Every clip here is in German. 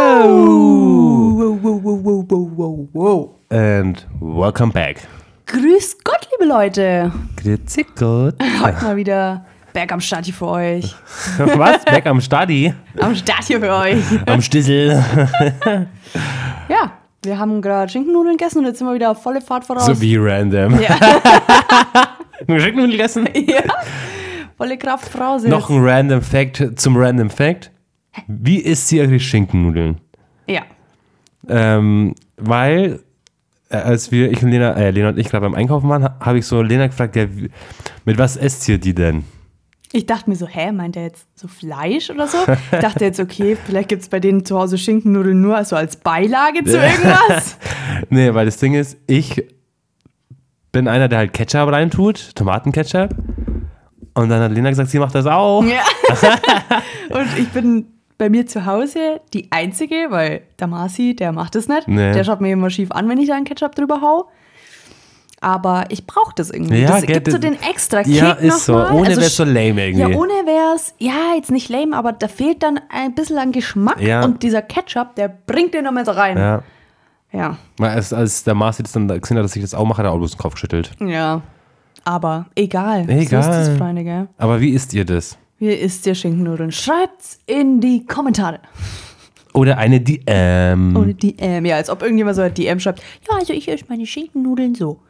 Hello! Wow, wow, wow, wow, wow, wow. And welcome back. Grüß Gott, liebe Leute! Grüezi Gott. Heute mal wieder Berg am Start hier für euch. Was? Back am Stadi? Am Start hier für euch. Am Stissel? Ja, wir haben gerade Schinkennudeln gegessen und jetzt sind wir wieder auf volle Fahrt voraus. So wie random. Ja. Nur Schinkennudeln gegessen? ja. Volle Kraft voraus. jetzt. Noch ein random Fact zum random Fact. Wie isst sie eigentlich Schinkennudeln? Ja. Ähm, weil, äh, als wir, ich und Lena, äh, Lena und ich gerade beim Einkaufen waren, ha- habe ich so Lena gefragt, ja, wie- mit was esst ihr die denn? Ich dachte mir so, hä, meint er jetzt so Fleisch oder so? Ich dachte jetzt, okay, vielleicht gibt es bei denen zu Hause Schinkennudeln nur so als Beilage zu irgendwas. Nee, weil das Ding ist, ich bin einer, der halt Ketchup reintut, Tomatenketchup. Und dann hat Lena gesagt, sie macht das auch. Ja. und ich bin bei mir zu Hause die Einzige, weil der Marci, der macht es nicht. Nee. Der schaut mir immer schief an, wenn ich da einen Ketchup drüber hau. Aber ich brauche das irgendwie. Ja, das gell, gibt so das- den extra Kick Ja, ist so. nochmal. Ohne Also wär's so lame irgendwie. Ja, ohne wär's, ja, jetzt nicht lame, aber da fehlt dann ein bisschen an Geschmack. Ja. Und dieser Ketchup, der bringt den nochmal so rein. Ja. ja. Weil Als, als der Mars jetzt dann gesehen hat, dass ich das auch mache, hat er auch bloß den Kopf geschüttelt. Ja. Aber egal. So ist Egal. das, Freunde, gell? Aber wie isst ihr das? Wie isst ihr Schinkennudeln? Schreibt's in die Kommentare. Oder eine ähm, DM. Ohne DM. Ja, als ob irgendjemand so ein DM schreibt. Ja, also ich esse meine Schinkennudeln so.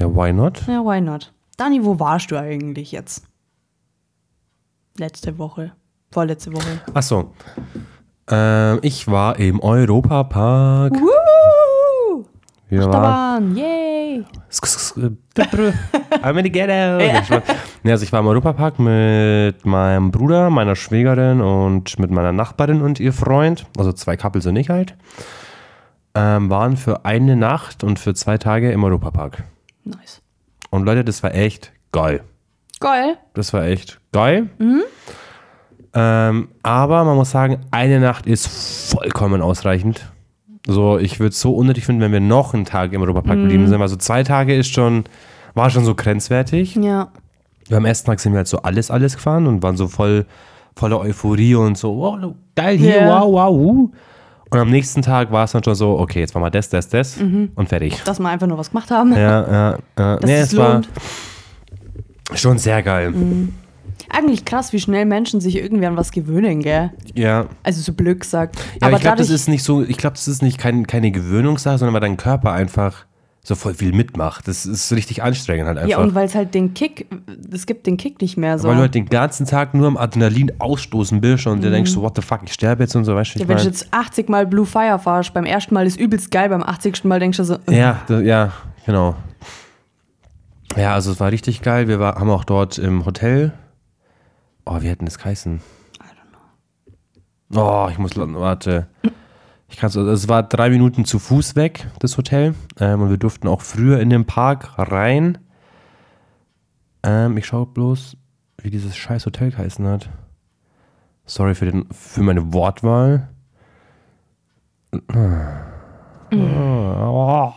ja, why not? Ja, why not? Dani, wo warst du eigentlich jetzt? Letzte Woche. Vorletzte Woche. Achso. Ähm, ich war im Europapark. Woo! Wir Achterbahn, yay! I'm in the ghetto. Nee, also ich war im Europapark mit meinem Bruder, meiner Schwägerin und mit meiner Nachbarin und ihr Freund. Also zwei Couples und ich halt. Ähm, waren für eine Nacht und für zwei Tage im Europapark. Nice. Und Leute, das war echt geil. Geil. Das war echt geil. Ähm, aber man muss sagen, eine Nacht ist vollkommen ausreichend. So, ich würde es so unnötig finden, wenn wir noch einen Tag im Mhm. Europapark geblieben sind. Also zwei Tage ist schon, war schon so grenzwertig. Ja. Beim ersten Tag sind wir halt so alles, alles gefahren und waren so voll voller Euphorie und so, wow, geil hier, Ja. wow, wow, uh. Und am nächsten Tag war es dann schon so, okay, jetzt machen wir das, das, das und fertig. Dass wir einfach nur was gemacht haben. Ja, ja, ja. Mhm. Dass nee, es es war lohnt. Mhm. schon sehr geil. Eigentlich krass, wie schnell Menschen sich irgendwie an was gewöhnen, gell? Ja. Also so blöd gesagt. Ja, aber ich glaube, dadurch, das ist nicht so, ich glaube, das ist nicht kein, keine Gewöhnungssache, sondern weil dein Körper einfach so voll viel mitmacht. Das ist richtig anstrengend halt ja, einfach. und weil es halt den Kick, es gibt den Kick nicht mehr so. Mhm. weil du halt den ganzen Tag nur am Adrenalin ausstoßen bist und dir denkst so, what the fuck, ich sterbe jetzt und so, weißt du, Ja, ich wenn du mein- jetzt 80 Mal Blue Fire fahrst, beim ersten Mal ist übelst geil, beim 80. Mal denkst du so, äh, Ja, da, ja, genau. Ja, also es war richtig geil. Wir war, haben auch dort im Hotel. Oh, wie hätten das geheißen? Oh, ich muss, la- warte. Ich kann's, also es war drei Minuten zu Fuß weg, das Hotel. Ähm, und wir durften auch früher in den Park rein. Ähm, ich schaue bloß, wie dieses scheiß Hotel geheißen hat. Sorry für, den, für meine Wortwahl. Oh.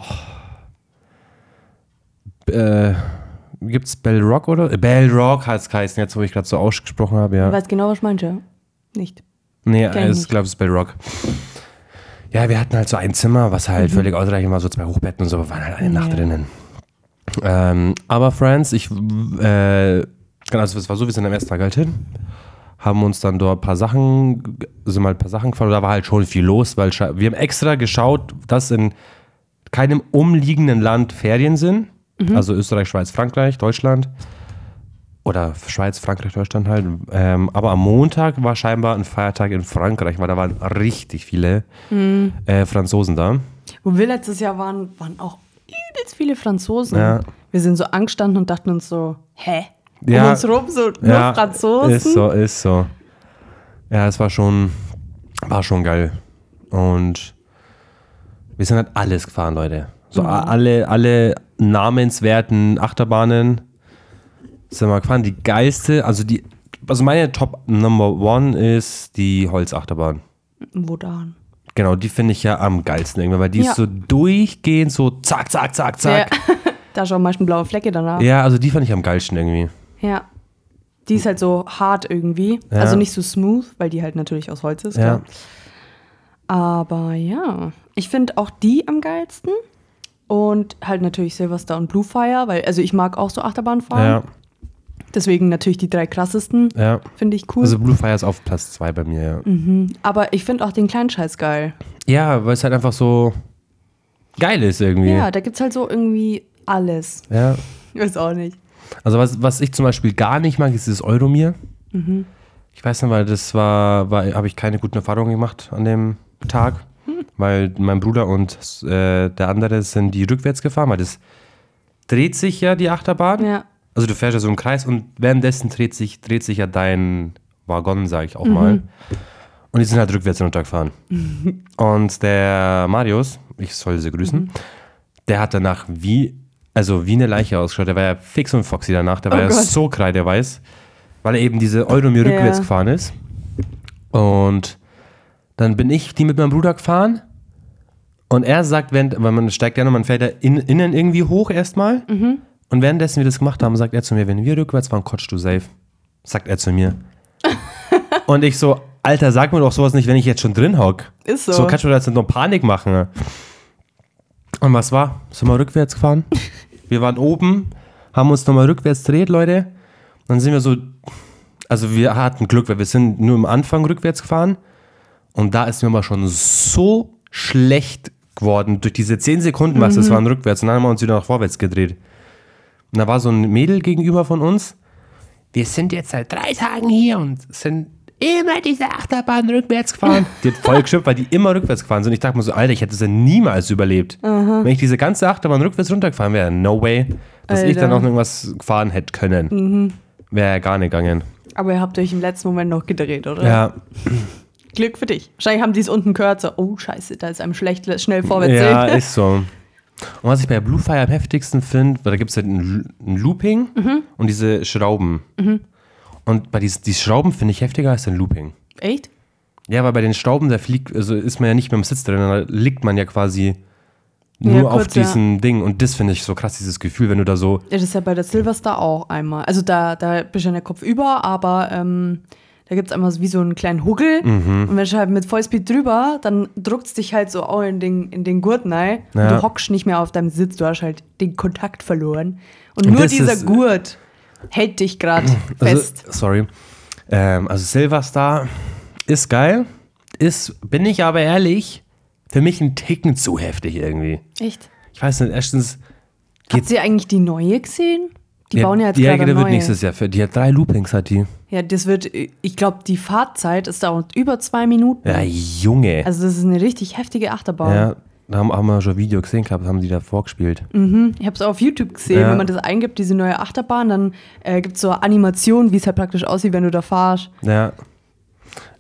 Äh, gibt's Bell Rock oder? Äh, Bell Rock hat's geheißen, jetzt wo ich gerade so ausgesprochen habe, ja. ich weiß genau, was meinst du. Nicht. Nee, Kenn ich äh, ich nicht. glaube, es ist Bell Rock. Ja, wir hatten halt so ein Zimmer, was halt völlig ausreichend war, so zwei Hochbetten und so, wir waren halt eine Nacht Ja. drinnen. Ähm, aber Friends, ich, äh, genau, also es war so, wir sind am ersten Tag halt hin, haben uns dann dort ein paar Sachen, sind mal ein paar Sachen gefahren, da war halt schon viel los, weil scha- wir haben extra geschaut, dass in keinem umliegenden Land Ferien sind, also Österreich, Schweiz, Frankreich, Deutschland, oder Schweiz, Frankreich, Deutschland halt. Ähm, aber am Montag war scheinbar ein Feiertag in Frankreich, weil da waren richtig viele äh, Franzosen da. Wo wir letztes Jahr waren, waren auch übelst viele Franzosen. Ja. Wir sind so angestanden und dachten uns so, hä? Um Ja. uns rum so nur Franzosen? Ist so, ist so. Ja, es war schon, war schon geil. Und wir sind halt alles gefahren, Leute. So Mhm. a- alle, alle namenswerten Achterbahnen sind wir gefahren. Die geilste, also die, also meine Top Number One ist die Holzachterbahn. Wo dann? Genau, die finde ich ja am geilsten irgendwie, weil die Ja. ist so durchgehend so zack, zack, Ja. zack, zack. da schon meistens blaue Flecke danach. Ja. also die fand ich am geilsten irgendwie. Ja. Die ist halt so hart irgendwie. Ja. Also nicht so smooth, weil die halt natürlich aus Holz ist. Ja. Klar. Aber ja, ich finde auch die am geilsten. Und halt natürlich Silverstar und Bluefire, weil, also ich mag auch so Achterbahnfahren. Ja, Deswegen natürlich die drei krassesten. ja. Finde ich cool. Also Blue Fire ist auf Platz 2 bei mir, ja. Mhm. Aber ich finde auch den kleinen Scheiß geil. Ja, weil es halt einfach so geil ist irgendwie. Ja, da gibt es halt so irgendwie alles. ja. Ich weiß auch nicht. Also was, was ich zum Beispiel gar nicht mag, ist dieses Euromir. Mhm. Ich weiß nicht, weil das war, war habe ich keine guten Erfahrungen gemacht an dem Tag, Mhm. weil mein Bruder und äh, der andere sind die rückwärts gefahren, weil das dreht sich ja die Achterbahn. Ja. Also du fährst ja so einen Kreis und währenddessen dreht sich, dreht sich ja dein Waggon, sage ich auch Mhm. mal. Und die sind halt rückwärts runtergefahren. und der Marius, ich soll sie grüßen, Mhm. der hat danach wie, also wie eine Leiche ausgeschaut. Der war ja fix und foxy danach. Der war Oh ja Gott. so kreideweiß, weil er eben diese Euromir rückwärts Ja. gefahren ist. Und dann bin ich die mit meinem Bruder gefahren. Und er sagt, während, weil man steigt ja noch, man fährt ja in, innen irgendwie hoch erstmal. Und währenddessen wir das gemacht haben, sagt er zu mir, wenn wir rückwärts fahren, kotzt du safe. Sagt er zu mir. und ich so, Alter, sag mir doch sowas nicht, wenn ich jetzt schon drin hock. Ist so. So kannst du mir jetzt noch Panik machen. ne? Und was war? Sind wir rückwärts gefahren? wir waren oben, haben uns nochmal rückwärts dreht, Leute. Dann sind wir so, also wir hatten Glück, weil wir sind nur am Anfang rückwärts gefahren. Und da ist mir mal schon so schlecht geworden durch diese 10 Sekunden, was das waren, rückwärts. Und dann haben wir uns wieder nach vorwärts gedreht. Und da war so ein Mädel gegenüber von uns. Wir sind jetzt seit drei Tagen hier und sind immer diese Achterbahn rückwärts gefahren. Die hat voll geschimpft, weil die immer rückwärts gefahren sind. Ich dachte mir so, Alter, ich hätte das ja niemals überlebt. Wenn ich diese ganze Achterbahn rückwärts runtergefahren wäre, no way, dass ich Alter. dann auch noch irgendwas gefahren hätte können. Wäre ja gar nicht gegangen. Aber ihr habt euch im letzten Moment noch gedreht, oder? Ja, Glück für dich. Wahrscheinlich haben die es unten gehört, so, oh scheiße, da ist einem schlecht, lass schnell vorwärts Ja, sehen. ist so. Und was ich bei Blue Fire am heftigsten finde, weil da gibt es halt ein, L- ein Looping Mhm. und diese Schrauben. Und bei dies, die Schrauben finde ich heftiger als ein Looping. Echt? Ja, weil bei den Schrauben, da fliegt, also ist man ja nicht mehr im Sitz drin, da liegt man ja quasi nur Ja, auf kurz, ja. diesem Ding. Und das finde ich so krass, dieses Gefühl, wenn du da so. Ja, das ist ja bei der Silverstar auch einmal. Also da, da bist du ja der Kopf über, aber ähm, da gibt es einmal so wie so einen kleinen Huckel. Mhm. Und wenn du halt mit Vollspeed drüber, dann druckt es dich halt so auch in den, in den Gurt rein. Und Ja. du hockst nicht mehr auf deinem Sitz, du hast halt den Kontakt verloren. Und, Und nur das dieser ist- Gurt hält dich gerade fest. Also, sorry. Ähm, also Silverstar ist geil, ist, bin ich aber ehrlich, für mich ein Ticken zu heftig irgendwie. Echt? Ich weiß nicht, erstens. Habt ihr eigentlich die neue gesehen? Die bauen ja jetzt die gerade Jäger neue. genau, wird nächstes Jahr. Für, die hat drei Loopings, hat die. Ja, das wird, ich glaube, die Fahrtzeit ist dauert über zwei Minuten. Ja, Junge. Also das ist eine richtig heftige Achterbahn. ja, da haben, haben wir schon Video gesehen gehabt, haben die da vorgespielt. Ich habe es auf YouTube gesehen, Ja. wenn man das eingibt, diese neue Achterbahn, dann äh, gibt es so Animationen, wie es halt praktisch aussieht, wenn du da fahrst. Ja.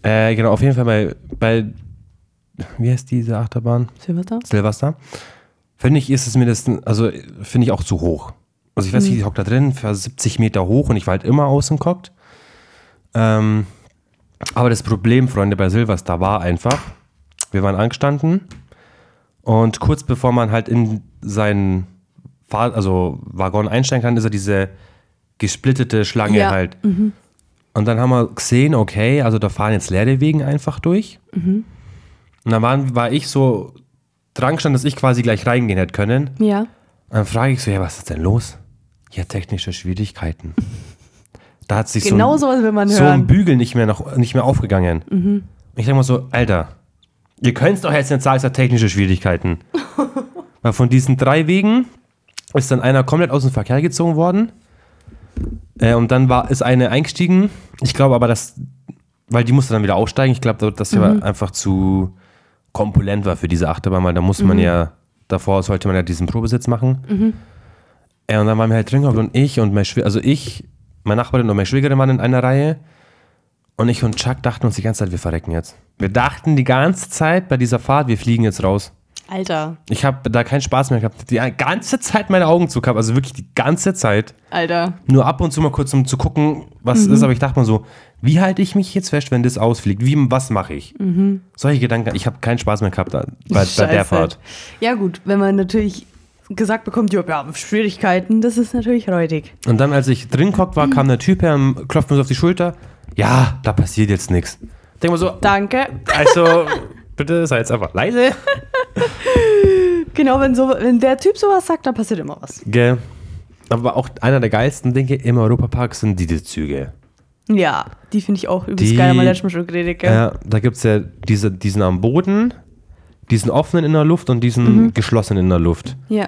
Äh, genau, auf jeden Fall bei, bei wie heißt diese Achterbahn? Silvester? Silvester. Finde ich, ist es mir das, also finde ich auch zu hoch. Also ich weiß Mhm. nicht, ich hock da drin, für 70 Meter hoch und ich war halt immer außen geguckt. Ähm, aber das Problem, Freunde, bei Silvester war einfach, wir waren angestanden und kurz bevor man halt in seinen Fahr also Waggon einsteigen kann, ist ja diese gesplittete Schlange Ja. halt. Und dann haben wir gesehen, okay, also da fahren jetzt leere Wegen einfach durch. Und dann waren, war ich so dran gestanden, dass ich quasi gleich reingehen hätte können. Ja. Und dann frage ich so, ja, was ist denn los? Ja, technische Schwierigkeiten. Da hat sich Genau so, sowas will man so ein hören. Mhm. Bügel nicht mehr, noch, nicht mehr aufgegangen. Und ich denke mal so, Alter, ihr könnt doch jetzt nicht sagen, es hat technische Schwierigkeiten. Weil von diesen drei Wegen ist dann einer komplett aus dem Verkehr gezogen worden. Äh, und dann war, ist eine eingestiegen. Ich glaube aber, dass, weil die musste dann wieder aussteigen. Ich glaube, dass sie Mhm. aber einfach zu komponent war für diese Achterbahn, weil da muss Mhm. man ja, davor sollte man ja diesen Probesitz machen. Ja, und dann waren wir halt drin gehockt und ich und mein Schwieger, also ich, meine Nachbarin und meine Schwiegerin waren in einer Reihe. Und ich und Chuck dachten uns die ganze Zeit, wir verrecken jetzt. Wir dachten die ganze Zeit bei dieser Fahrt, wir fliegen jetzt raus. Alter, Ich habe da keinen Spaß mehr gehabt. Die ganze Zeit meine Augen zu gehabt, also wirklich die ganze Zeit. Alter. Nur ab und zu mal kurz, um zu gucken, was ist. Aber ich dachte mal so, wie halte ich mich jetzt fest, wenn das ausfliegt? Wie, was mache ich? Solche Gedanken, ich habe keinen Spaß mehr gehabt da- bei, bei der Scheiße. Fahrt. Ja gut, wenn man natürlich gesagt bekommt, ja, wir haben Schwierigkeiten, das ist natürlich räudig. Und dann, als ich drin kock war, kam der Typ her, und klopft mir so auf die Schulter. Ja, da passiert jetzt nichts. Denk mal so, Danke. also bitte sei jetzt einfach leise. Genau, wenn, so, wenn der Typ sowas sagt, dann passiert immer was. Gell. Aber auch einer der geilsten Dinge im Europapark sind diese Züge. Ja, die finde ich auch übelst Die- geil, haben wir letztes Mal schon geredet, gell? Ja, da gibt es ja diese, diesen am Boden, diesen offenen in der Luft und diesen geschlossenen in der Luft. Ja.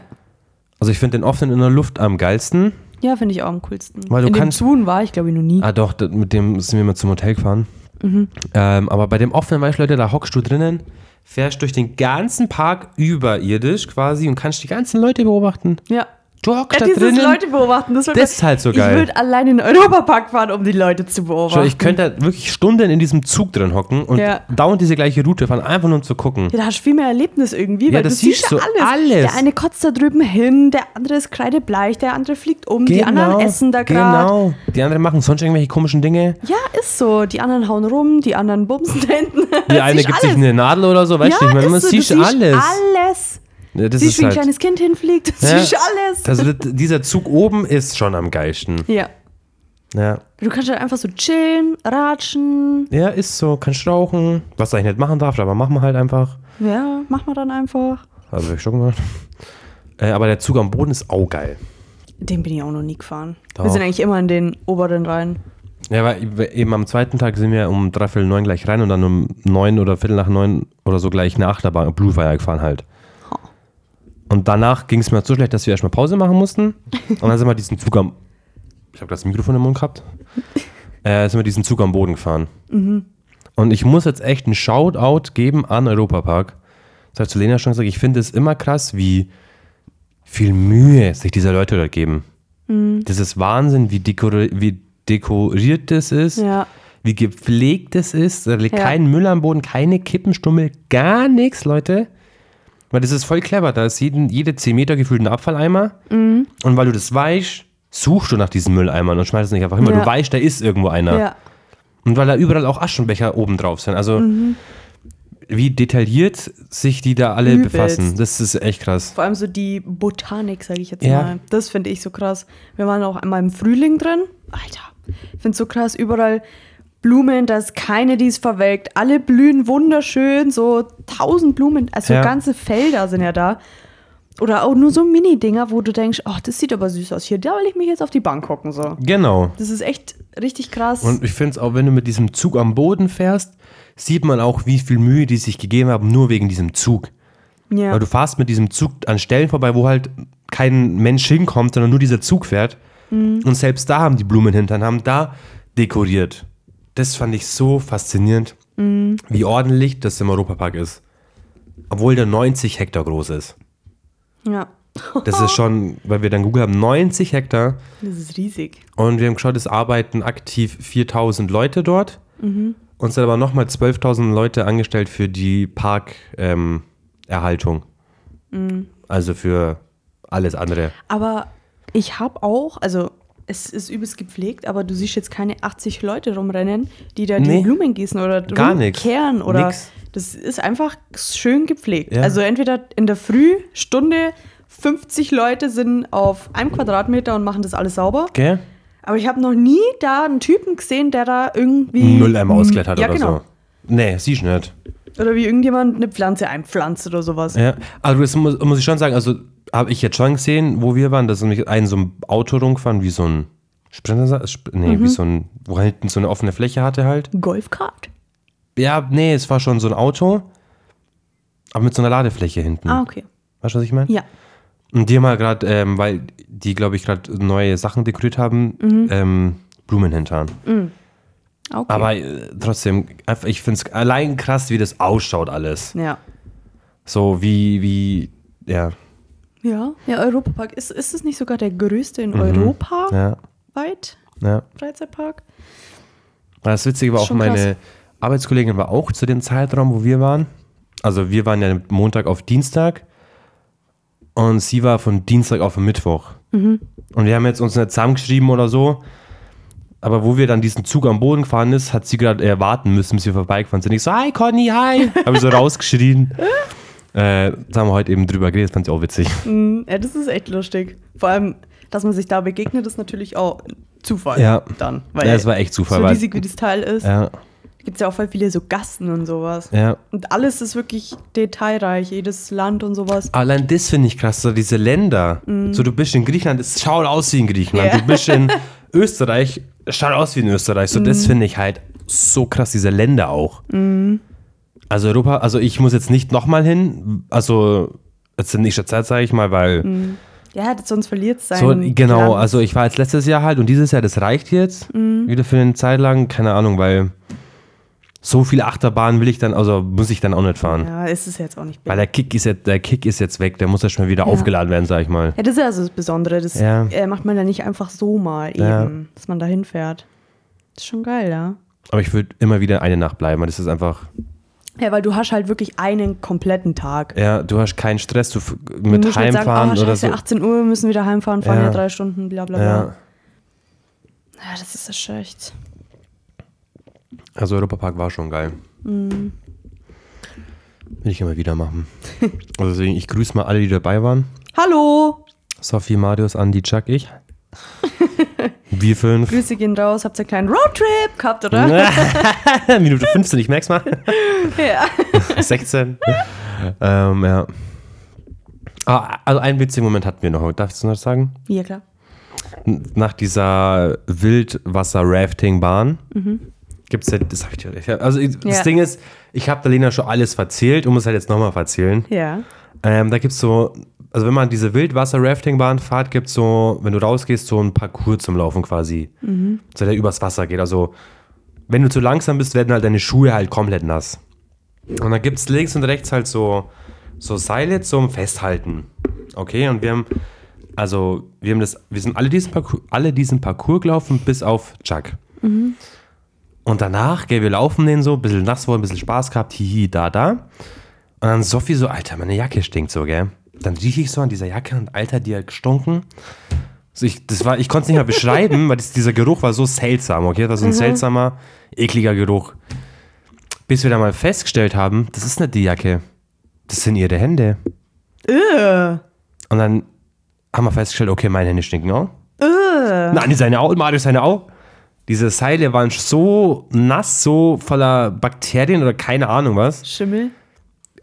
Also ich finde den offenen in der Luft am geilsten. Ja, finde ich auch am coolsten. Weil du In kannst- dem Zoon war ich, glaube ich, noch nie. Ah doch, da- mit dem sind wir mal zum Hotel gefahren. Mhm. Ähm, aber bei dem offenen weißt du, Leute, da hockst du drinnen, fährst durch den ganzen Park überirdisch quasi und kannst die ganzen Leute beobachten. Ja. Du hockst Ja, da dieses drinnen. Leute beobachten, das, wird Das ist halt so geil. Ich würde allein in den Europapark fahren, um die Leute zu Schau, beobachten. ich könnte da wirklich Stunden in diesem Zug drin hocken und Ja. dauernd diese gleiche Route fahren, einfach nur um zu gucken. ja, da hast du viel mehr Erlebnis irgendwie, weil das du siehst siehst ja du alles. alles. Der eine kotzt da drüben hin, der andere ist kreidebleich, der andere fliegt um, die anderen essen da gerade. Genau. Die anderen machen sonst irgendwelche komischen Dinge. Ja, ist so. Die anderen hauen rum, die anderen bumsen da hinten. Die eine gibt sich eine Nadel oder so, weißt ja, du nicht. Man, man ist so, sieht du siehst alles. alles. Ja, das Siehst, ist wie ein halt, kleines Kind hinfliegt, du Ja. siehst alles. also das, dieser Zug oben ist schon am geilsten. ja. Ja. Du kannst halt einfach so chillen, ratschen. ja, ist so. Kannst rauchen. Was ich nicht machen darf, aber machen wir halt einfach. Ja, mach mal dann einfach. Also hab ich schon gemacht. Äh, aber der Zug am Boden ist auch geil. Den bin ich auch noch nie gefahren. Doch. Wir sind eigentlich immer in den oberen Reihen. Ja, weil eben am zweiten Tag sind wir um drei Viertel neun gleich rein und dann um neun oder viertel nach neun oder so gleich eine Achterbahn, Bluefire gefahren halt. Oh. Und danach ging es mir halt so schlecht, dass wir erstmal Pause machen mussten. Und dann sind wir diesen Zug am. Ich habe das Mikrofon im Mund gehabt. Äh, sind wir diesen Zug am Boden gefahren. Und ich muss jetzt echt einen Shoutout geben an Europapark. Das habe ich zu Lena schon gesagt, ich finde es immer krass, wie viel Mühe sich diese Leute dort geben. Das ist Wahnsinn, wie, dekori wie dekoriert das ist, Ja. wie gepflegt das ist. Da liegt Ja. kein Müll am Boden, keine Kippenstummel, gar nichts, Leute. Weil das ist voll clever. Da ist jeden, jede 10 Meter gefühlt ein Abfalleimer. Mhm. Und weil du das weißt, suchst du nach diesen Mülleimern und schmeißt es nicht einfach hin, weil Ja. du weißt, da ist irgendwo einer. Ja. Und weil da überall auch Aschenbecher oben drauf sind. Also Mhm. wie detailliert sich die da alle Übelst. befassen. Das ist echt krass. Vor allem so die Botanik, sage ich jetzt Ja. mal. Das finde ich so krass. Wir waren auch einmal im Frühling drin. Alter, ich finde so krass, überall Blumen, da ist keine, die es verwelkt. Alle blühen wunderschön, so tausend Blumen, also Ja. ganze Felder sind ja da. Oder auch nur so Mini-Dinger, wo du denkst, ach, das sieht aber süß aus. Hier, da will ich mich jetzt auf die Bank hocken. So. Genau. Das ist echt richtig krass. Und ich finde es auch, wenn du mit diesem Zug am Boden fährst, sieht man auch, wie viel Mühe die sich gegeben haben, nur wegen diesem Zug. ja. Weil du fährst mit diesem Zug an Stellen vorbei, wo halt kein Mensch hinkommt, sondern nur dieser Zug fährt. Und selbst da haben die Blumen hintern, haben da dekoriert. Das fand ich so faszinierend, wie ordentlich das im Europapark ist. Obwohl der 90 Hektar groß ist. ja. Das ist schon, weil wir dann Google haben, 90 Hektar. Das ist riesig. Und wir haben geschaut, es arbeiten aktiv 4000 Leute dort. Uns sind aber nochmal 12.000 Leute angestellt für die Parkerhaltung. Ähm, Erhaltung. Also für alles andere. Aber ich habe auch, also es ist übelst gepflegt, aber du siehst jetzt keine 80 Leute rumrennen, die da Nee. die Blumen gießen oder Gar nix. kehren oder Nix. das ist einfach schön gepflegt. Ja. Also entweder in der Frühstunde 50 Leute sind auf einem Quadratmeter und machen das alles sauber. Gell? Aber ich habe noch nie da einen Typen gesehen, der da irgendwie Einen Mülleimer ausgeleert hat ja, oder genau. so. Nee, siehst du nicht. so. Oder wie irgendjemand eine Pflanze einpflanzt oder sowas. Ja. Also das muss, muss ich schon sagen, also habe ich jetzt schon gesehen, wo wir waren, dass nämlich ein so ein Auto rumgefahren, wie so ein Sprinter, Sp- nee, Mhm. wie so ein, wo hinten so eine offene Fläche hatte halt. Golfkart? Ja, nee, es war schon so ein Auto, aber mit so einer Ladefläche hinten. Ah, okay. Weißt du, was ich meine? Ja. Und die haben halt gerade, ähm, weil die, glaube ich, gerade neue Sachen dekoriert haben, ähm, Blumen hintern. Okay. Aber äh, trotzdem, einfach- ich finde es allein krass, wie das ausschaut alles. ja. So wie, wie, ja, Ja, ja, Europapark. Ist, ist es nicht sogar der größte in Europa Mhm. ja, weit? ja. Freizeitpark? Das Witzige war auch, Schon meine Arbeitskollegin war auch zu dem Zeitraum, wo wir waren. Also wir waren ja Montag auf Dienstag und sie war von Dienstag auf Mittwoch. Und wir haben jetzt uns nicht zusammengeschrieben oder so. Aber wo wir dann diesen Zug am Boden gefahren ist, hat sie gerade erwarten müssen, bis wir vorbeigefahren sind. Ich so, hi Conny, hi. Habe ich so rausgeschrien. Äh, das haben wir heute eben drüber geredet, fand ich auch witzig. Mhm, ja, das ist echt lustig. Vor allem, dass man sich da begegnet, ist natürlich auch Zufall. Ja. Dann, weil Ja, es war echt Zufall. so weil- riesig wie das Teil ist, ja, gibt es ja auch voll viele so Gassen und sowas. ja. Und alles ist wirklich detailreich, jedes Land und sowas. Allein das finde ich krass, so diese Länder. So, du bist in Griechenland, es schaut aus wie in Griechenland. Mhm. Ja. Du bist in Österreich, es schaut aus wie in Österreich. So, Mhm. das finde ich halt so krass, diese Länder auch. Also Europa, also ich muss jetzt nicht nochmal hin, also jetzt in nächster Zeit, sage ich mal, weil Ja, das- sonst verliert es so, seinen genau, Glanz. also ich war jetzt letztes Jahr halt und dieses Jahr, das reicht jetzt Mhm. wieder für eine Zeit lang, keine Ahnung, weil so viele Achterbahnen will ich dann, also muss ich dann auch nicht fahren. Ja, ist es jetzt auch nicht Weil der Kick ist jetzt, der Kick ist jetzt weg, der muss ja schon wieder aufgeladen werden, sag ich mal. Ja, das ist ja also das Besondere. Das Ja. äh, macht man ja nicht einfach so mal eben, Ja. dass man da hinfährt. Das ist schon geil, ja. Aber ich würde immer wieder eine Nacht bleiben. weil Das ist einfach, Ja, weil du hast halt wirklich einen kompletten Tag. ja, du hast keinen Stress du, f- Du mit musst nicht Heimfahren sagen, oh, oder scheiße, so. 18 Uhr müssen wieder heimfahren, fahren ja, Ja. drei Stunden, bla bla bla. Ja. Ja, das ist ja schlecht. Also Europapark war schon geil. Mhm. Will ich immer wieder machen. also deswegen, ich grüße mal alle, die dabei waren. Hallo! Sophie, Marius, Andi, Chuck, ich. Wir fünf. Grüße gehen raus, habt ihr einen kleinen Roadtrip gehabt, oder? Minute 15, ich merk's mal. Ja. 16. ähm, ja. Ah, also einen witzigen Moment hatten wir noch. Darf ich das noch sagen? Ja, klar. nach dieser Wildwasser-Rafting-Bahn gibt es ja, das hab ich dir, ich hab- also ich, das Ja. Ding ist, ich habe der Lena schon alles verzählt und muss halt jetzt nochmal verzählen. Ja. Ähm, da gibt es so, also wenn man diese Wildwasser-Rafting-Bahn fahrt, gibt es so, wenn du rausgehst, so ein Parcours zum Laufen quasi, so der übers Wasser geht. Also wenn du zu langsam bist, werden halt deine Schuhe halt komplett nass. Und dann gibt es links und rechts halt so, so Seile zum Festhalten. Okay, und wir haben, also wir haben das, wir sind alle diesen Parcours, alle diesen Parcours gelaufen, bis auf Chuck. Und danach, gell, wir laufen den so, ein bisschen nass worden, ein bisschen Spaß gehabt, hihi, da, da. Und dann Sophie so, Alter, meine Jacke stinkt so, gell? Dann rieche ich so an dieser Jacke und Alter, die hat gestunken. So, ich das war- ich konnte es nicht mal beschreiben, weil das, dieser Geruch war so seltsam, okay? Das war so ein seltsamer, ekliger Geruch. Bis wir dann mal festgestellt haben, das ist nicht die Jacke. Das sind ihre Hände. Äh, Und dann haben wir festgestellt, okay, meine Hände stinken auch. äh. Nein, seine auch, Marius seine auch. Diese Seile waren so nass, so voller Bakterien oder keine Ahnung was. Schimmel.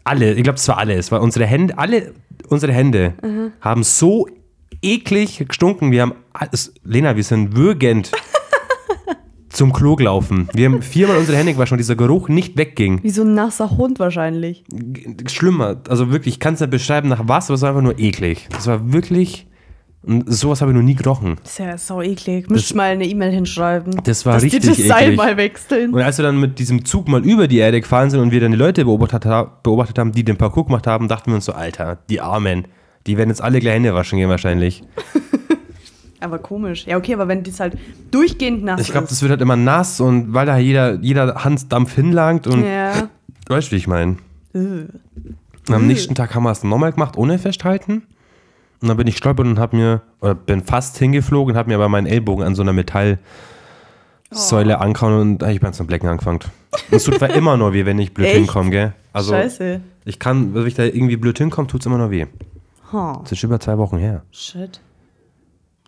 alle, ich glaube, es war alles, weil unsere Hände, alle unsere Hände haben so eklig gestunken. Wir haben, alles, Lena, wir sind würgend zum Klo gelaufen. Wir haben viermal unsere Hände gewaschen und dieser Geruch nicht wegging. Wie so ein nasser Hund wahrscheinlich. G- Schlimmer, also wirklich, ich kann es nicht beschreiben nach was, aber es war einfach nur eklig. Das war wirklich, und sowas habe ich noch nie gerochen. Ist ja sau eklig. Müsst mal eine E-Mail hinschreiben. Das war dass die richtig das Seil eklig. mal wechseln. Und als wir dann mit diesem Zug mal über die Erde gefahren sind und wir dann die Leute beobachtet, ha- beobachtet haben, die den Parcours gemacht haben, dachten wir uns so, Alter, die Armen, die werden jetzt alle gleich Hände waschen gehen wahrscheinlich. Aber komisch. Ja, okay, aber wenn das halt durchgehend nass Ich glaube, ist. das wird halt immer nass und weil da halt jeder, jeder Hansdampf hinlangt und Ja. weißt du, wie ich meine. Äh. Am nächsten Tag haben wir es nochmal gemacht, ohne Festhalten. Und dann bin ich stolpert und habe mir, oder bin fast hingeflogen und habe mir aber meinen Ellbogen an so einer Metallsäule Oh. ankauen und habe ich beim zum Blecken angefangen. Und es tut zwar immer noch weh, wenn ich blöd Echt? hinkomme, gell? Also, Scheiße. Ich kann, wenn ich da irgendwie blöd hinkomme, tut es immer noch weh. Ha, Das ist über zwei Wochen her. shit.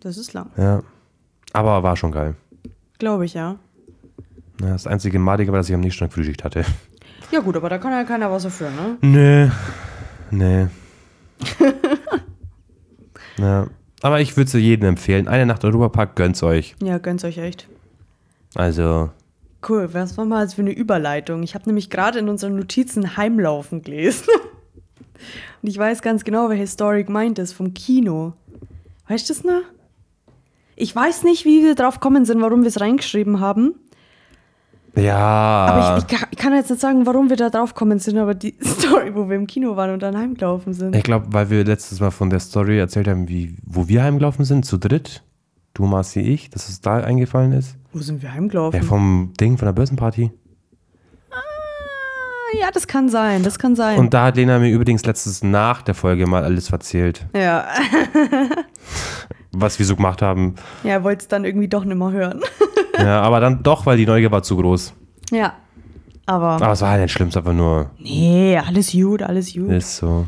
Das ist lang. Ja. Aber war schon geil. Glaube ich, ja. Ja, Das einzige Madige war, dass ich am nächsten Tag Frühschicht hatte. Ja, gut, aber da kann ja keiner was dafür, ne? Nö. Nee. ja. Aber ich würde es jedem empfehlen. Eine Nacht Europapark gönnt's euch. Ja, gönnt's euch echt. Also, Cool, was war mal als für eine Überleitung? Ich habe nämlich gerade in unseren Notizen Heimlaufen gelesen. Und ich weiß ganz genau, wer Historic Mind ist vom Kino. Weißt du das noch? Ich weiß nicht, wie wir drauf kommen sind, warum wir es reingeschrieben haben. ja. Aber ich, ich, kann- ich kann jetzt nicht sagen, warum wir da drauf kommen sind, aber die Story, wo wir im Kino waren und dann heimgelaufen sind. Ich glaube, weil wir letztes Mal von der Story erzählt haben, wie, wo wir heimgelaufen sind, zu dritt. Du, Marci, ich, dass es da eingefallen ist. Wo sind wir Ja, heimgelaufen? vom Ding, von der Börsenparty. Ah, ja, das kann sein, das kann sein. Und da hat Lena mir übrigens letztens nach der Folge mal alles verzählt, ja, was wir so gemacht haben. ja wollte es dann irgendwie doch nicht mehr hören. Ja, aber dann doch, weil die Neugier war zu groß. ja, Aber Aber es war halt nicht schlimm, es war einfach nur, nee, alles gut, alles gut. ist so.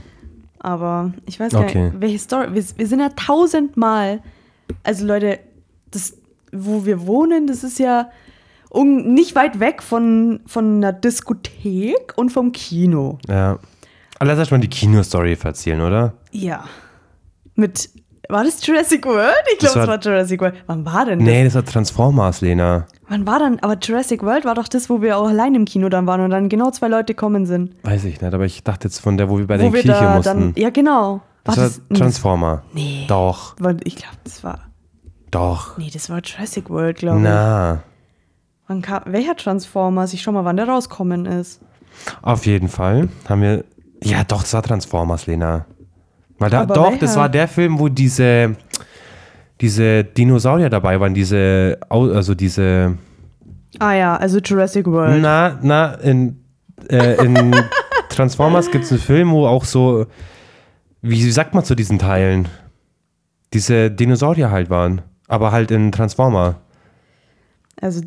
Aber ich weiß gar Okay. nicht, welche Story. Wir, wir sind ja tausendmal. Also, Leute, das, wo wir wohnen, das ist ja un, nicht weit weg von, von einer Diskothek und vom Kino. Ja. Aber lass erstmal die Kino-Story erzählen, oder? Ja. Mit. War das Jurassic World? Ich Das glaube, es war- war Jurassic World. Wann war denn Nee, das war Transformers, Lena. das? Wann war dann? Aber Jurassic World war doch das, wo wir auch allein im Kino dann waren und dann genau zwei Leute gekommen sind. Weiß ich nicht, aber ich dachte jetzt von der, wo wir bei wo der wir Kirche da mussten. dann. Ja, genau. das war war das, Transformer. Nee. Doch, Weil Ich glaube, das war. doch. Nee, das war Jurassic World, glaube ich. Na, Wann kam, welcher Transformers? Ich schau mal, wann der rauskommen ist. auf jeden Fall haben wir. Ja, doch, das war Transformers, Lena. Weil da, Aber doch, welcher? das war der Film, wo diese, diese Dinosaurier dabei waren, diese, Au- also diese, Ah ja, also Jurassic World. na, na, in, äh, in Transformers gibt es einen Film, wo auch so, wie sagt man zu diesen Teilen, diese Dinosaurier halt waren, aber halt in Transformer. Also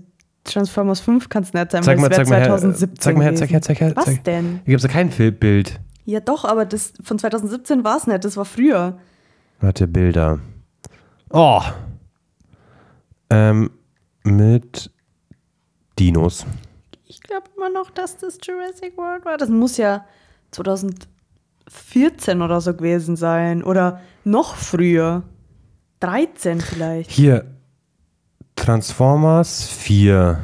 Transformers 5 kann es nicht sein, Zeig weil mal, es wäre zeig mal her, 2017 zeig mal her, gewesen. zeig her, zeig her, Was zeig- denn? Hier gibt es ja kein Fil- Bild. Ja doch, aber das von 2017 war es nicht, das war früher. Warte, Bilder. Oh. Ähm, mit Dinos. Ich glaube immer noch, dass das Jurassic World war. Das muss ja 2014 oder so gewesen sein. Oder noch früher. 13 vielleicht. Hier. Transformers 4.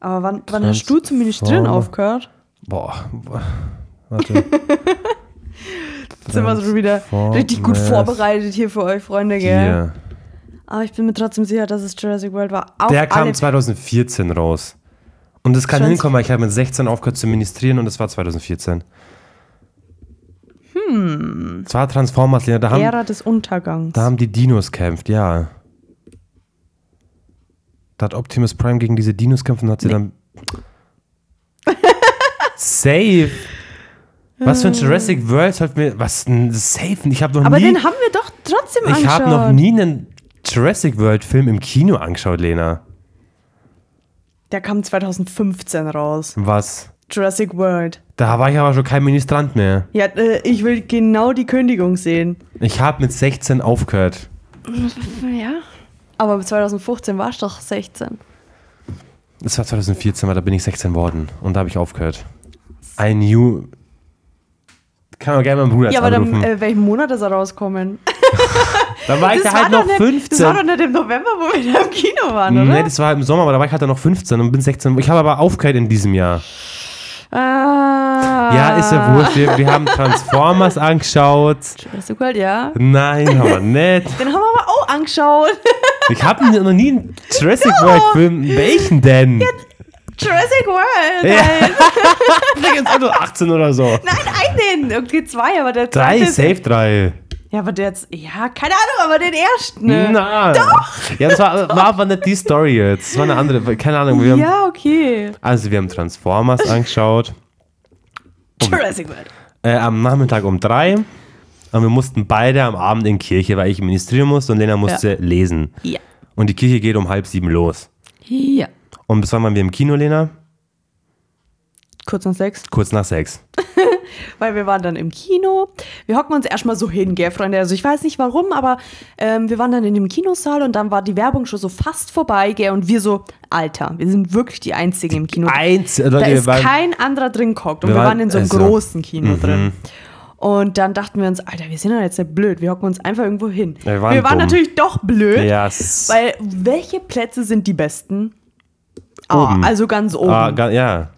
Aber wann, wann hast du zum Ministrieren Transformer. aufgehört? Boah. Warte. Jetzt sind wir so wieder richtig gut Transformers vorbereitet hier für euch, Freunde, gell? Hier. Aber ich bin mir trotzdem sicher, dass es Jurassic World war. Auf Der kam alle- 2014 raus. Und das kann Trans- hinkommen, weil ich habe mit 16 aufgehört zu ministrieren und das war 2014. Hm. Das war Transformers, Lena. Da haben, Ära des Untergangs. Da haben die Dinos kämpft, ja. Da hat Optimus Prime gegen diese Dinos kämpft und hat sie dann. safe! Was für ein Jurassic World sollten wir. Was ein Safe? Ich habe noch Aber nie. den haben wir doch trotzdem Ich angeschaut. habe noch nie einen Jurassic World Film im Kino angeschaut, Lena. Der kam 2015 raus. Was? Jurassic World. Da war ich aber schon kein Ministrant mehr. Ja, äh, ich will genau die Kündigung sehen. Ich habe mit 16 aufgehört. Ja. Aber 2015 war ich doch 16. Das war 2014, weil da bin ich 16 worden. Und da habe ich aufgehört. I knew. Kann man gerne meinen Bruder Ja, jetzt aber anrufen. dann, äh, welchen Monat ist er rausgekommen? Dann war ich da halt doch noch nicht, 15. Das war doch nicht im November, wo wir da im Kino waren, oder? Nee, das war im Sommer, aber da war ich halt dann noch 15 und bin 16. Ich habe aber aufgehört in diesem Jahr. ah, Ja, ist ja wurscht. Wir, wir haben Transformers angeschaut. Ah. Jurassic World, ja. Nein, aber nicht. Den haben wir aber auch angeschaut. Ich habe noch nie einen Jurassic World Film. Welchen denn? Jurassic World. Ja. Halt. Da gibt's auch nur 18 oder so. Nein, einen! Okay, zwei, aber der Drei, zweite ist- safe drei. Ja, aber der jetzt. Ja, keine Ahnung, aber den ersten. ne? Na. Doch. Ja, das war, war aber nicht die Story jetzt. Das war eine andere. Keine Ahnung. Wir haben, Ja, okay. also, wir haben Transformers angeschaut. Jurassic World. äh, am Nachmittag um drei. Und wir mussten beide am Abend in Kirche, weil ich ministrieren musste und Lena musste lesen. Ja. Und die Kirche geht um halb sieben los. Ja. Und bis wann waren wir im Kino, Lena? Kurz nach sechs. Kurz nach sechs. Weil wir waren dann im Kino. Wir hocken uns erstmal so hin, gell, Freunde. Also ich weiß nicht warum, aber ähm, wir waren dann in dem Kinosaal und dann war die Werbung schon so fast vorbei, gell. Und wir so, Alter, wir sind wirklich die einzigen im Kino. Eins, Leute, Da wir ist waren, kein anderer drin gehockt. Und Wir wir waren- waren in so einem also- großen Kino drin. Und dann dachten wir uns, Alter, wir sind doch jetzt nicht blöd. Wir hocken uns einfach irgendwo hin. Ja, wir wir waren waren, dumm. natürlich doch blöd. Ja, s- Weil welche Plätze sind die besten? Ah, Oben. also ganz oben. ah, ga- ja,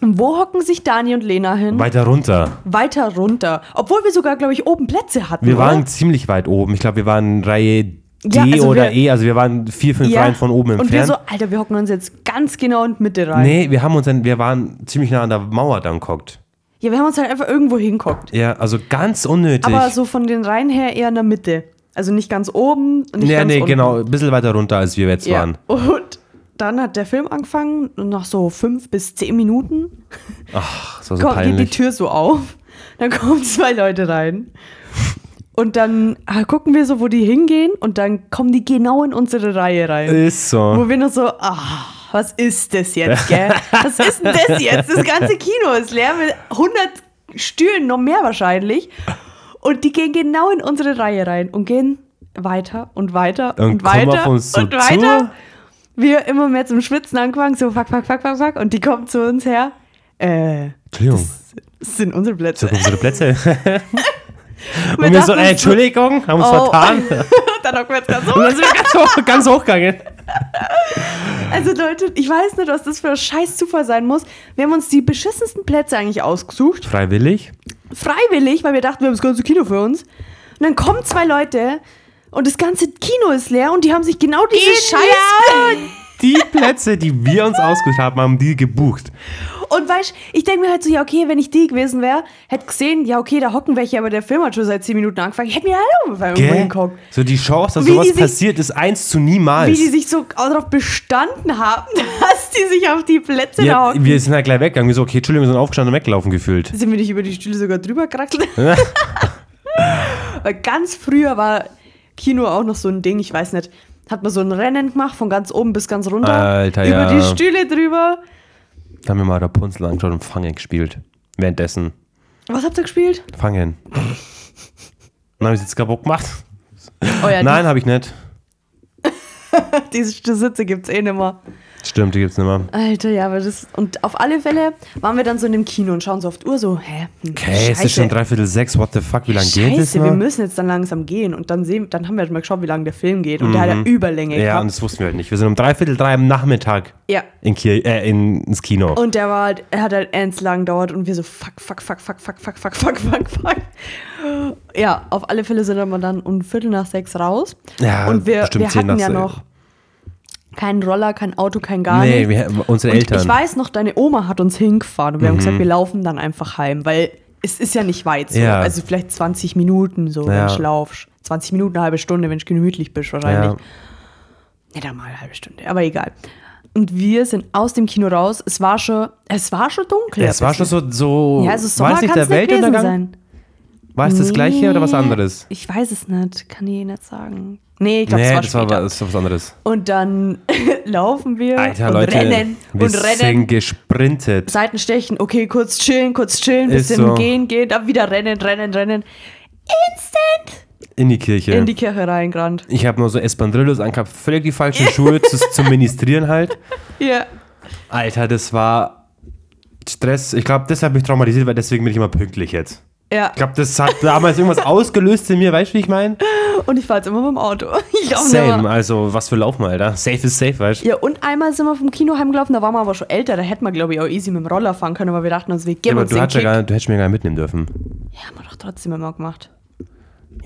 Und wo hocken sich Dani und Lena hin? weiter runter. Weiter runter. Obwohl wir sogar, glaube ich, oben Plätze hatten. Wir oder? waren ziemlich weit oben. Ich glaube, wir waren Reihe D Ja, also oder wir- E. Also wir waren vier, fünf Reihen von oben Und wir entfernt. so, Alter, wir hocken uns jetzt ganz genau in die Mitte rein. nee, wir haben uns dann, wir waren ziemlich nah an der Mauer dann geguckt. Ja, wir haben uns halt einfach irgendwo hingehockt. Ja, also ganz unnötig. Aber so von den Reihen her eher in der Mitte. Also nicht ganz oben und nicht ja, ganz nee, unten. genau, ein bisschen weiter runter, als wir jetzt waren. Und dann hat der Film angefangen und nach so fünf bis zehn Minuten Ach, das war so ko- geht die peinlich. Tür so auf. Dann kommen zwei Leute rein. Und dann ah, gucken wir so, wo die hingehen und dann kommen die genau in unsere Reihe rein. Ist so. Wo wir nur so, ah, was ist das jetzt, gell? Was ist denn das jetzt? Das ganze Kino ist leer mit 100 Stühlen, noch mehr wahrscheinlich. Und die gehen genau in unsere Reihe rein und gehen weiter und weiter und, Und kommen weiter auf uns und zu- weiter. zu. Wir immer mehr zum Schwitzen angefangen, so fuck, fuck, fuck, fuck, fuck. Und die kommen zu uns her. Äh, Entschuldigung. das sind unsere Plätze. Zirk unsere Plätze. Wir Und wir dachten so, ey, uns so, Entschuldigung, haben uns oh. vertan. Dann auch kurz ganz Und dann sind wir ganz, hoch, ganz hochgegangen. Also Leute, ich weiß nicht, was das für ein scheiß Zufall sein muss. Wir haben uns die beschissensten Plätze eigentlich ausgesucht. Freiwillig. Freiwillig, weil wir dachten, wir haben das ganze Kino für uns. Und dann kommen zwei Leute und das ganze Kino ist leer und die haben sich genau diese scheiß Die Plätze, die wir uns ausgesucht haben, haben die gebucht. Oh Und weißt, ich denke mir halt so, ja okay, wenn ich die gewesen wäre, hätte gesehen, ja okay, da hocken welche, aber der Film hat schon seit 10 Minuten angefangen. Ich hätte mir halt auch irgendwo Gell? hinguckt. So die Chance, dass Wie die sowas sich- passiert, ist eins zu niemals. Wie die sich so darauf bestanden haben, dass die sich auf die Plätze da ja, hocken. wir sind halt gleich weggegangen. Wir so, okay, Entschuldigung, wir sind aufgestanden und weggelaufen gefühlt. Sind wir nicht über die Stühle sogar drüber gekrackelt? Weil ganz früher war Kino auch noch so ein Ding, ich weiß nicht, hat man so ein Rennen gemacht, von ganz oben bis ganz runter. Alter, über ja. die Stühle drüber. Da haben wir mal Rapunzel angeschaut und Fangen gespielt. Währenddessen. Was habt ihr gespielt? Fangen. Dann habe ich es jetzt kaputt gemacht. Oh ja, Nein, habe ich nicht. Die, diese Sitze gibt's eh nimmer. Stimmt, die gibt's nicht mehr. Alter, ja, aber das. Und auf alle Fälle waren wir dann so in dem Kino und schauen so auf die Uhr so, hä? hm, Okay, es ist schon dreiviertel sechs, what the fuck, wie lange geht es Scheiße, wir noch? müssen jetzt dann langsam gehen. Und dann sehen, dann haben wir halt mal geschaut, wie lange der Film geht. Und der hat Mhm. ja Überlänge Ja, gehabt. und das wussten wir halt nicht. Wir sind um dreiviertel drei am Nachmittag Ja. in Kiel, äh, in, ins Kino. Und der war halt, er hat halt ernst lang gedauert und wir so fuck, fuck, fuck, fuck, fuck, fuck, fuck, fuck, fuck, fuck. Ja, auf alle Fälle sind wir dann um Viertel nach sechs raus. Ja, und wir, bestimmt wir zehn hatten nach ja sechs. noch keinen Roller, kein Auto, kein gar nee, nichts. wir, unsere und Eltern. Mhm. ich weiß noch, deine Oma hat uns hingefahren und wir haben gesagt, wir laufen dann einfach heim, weil es ist ja nicht weit so. Ja. Also vielleicht 20 Minuten so, wenn Ja. ich laufst. 20 Minuten, eine halbe Stunde, wenn ich gemütlich bist wahrscheinlich. ja. Ja, dann mal eine halbe Stunde, aber egal. Und wir sind aus dem Kino raus. Es war schon, es war schon dunkel. Ja, es war schon so, so Ja, also war Sommer es kann nicht es der nicht gewesen Weltuntergang? sein. War es das gleiche oder was Nee, anderes? Ich weiß es nicht, kann ich nicht sagen. Nee, ich glaube, nee, es war wa- später. das war was anderes. und dann laufen wir Alter, und Leute, rennen wir und rennen. sind gesprintet. Seitenstechen, okay, kurz chillen, kurz chillen, Ist bisschen so. gehen, gehen, dann wieder rennen, rennen, rennen. Instant In die Kirche. in die Kirche reingerannt. ich habe nur so Espandrillos angehabt, völlig die falschen Schuhe zu, zum Ministrieren halt. Ja. Alter, das war Stress. Ich glaube, das hat mich traumatisiert, weil deswegen bin ich immer pünktlich jetzt. Ja. Ich glaube, das hat damals irgendwas ausgelöst in mir, weißt du, wie ich meine? Und ich fahre jetzt immer mit dem Auto. Ich glaub, Same, nimmer. also was für Laufen, Alter. Safe ist safe, weißt du? Ja, und einmal sind wir vom Kino heimgelaufen, da waren wir aber schon älter, da hätten wir, glaube ich, auch easy mit dem Roller fahren können, aber wir dachten uns, wir Ja, geben aber uns du, den hättest ja Kick. gar, nicht- du hättest mir gar nicht mitnehmen dürfen. Ja, haben wir doch trotzdem immer gemacht.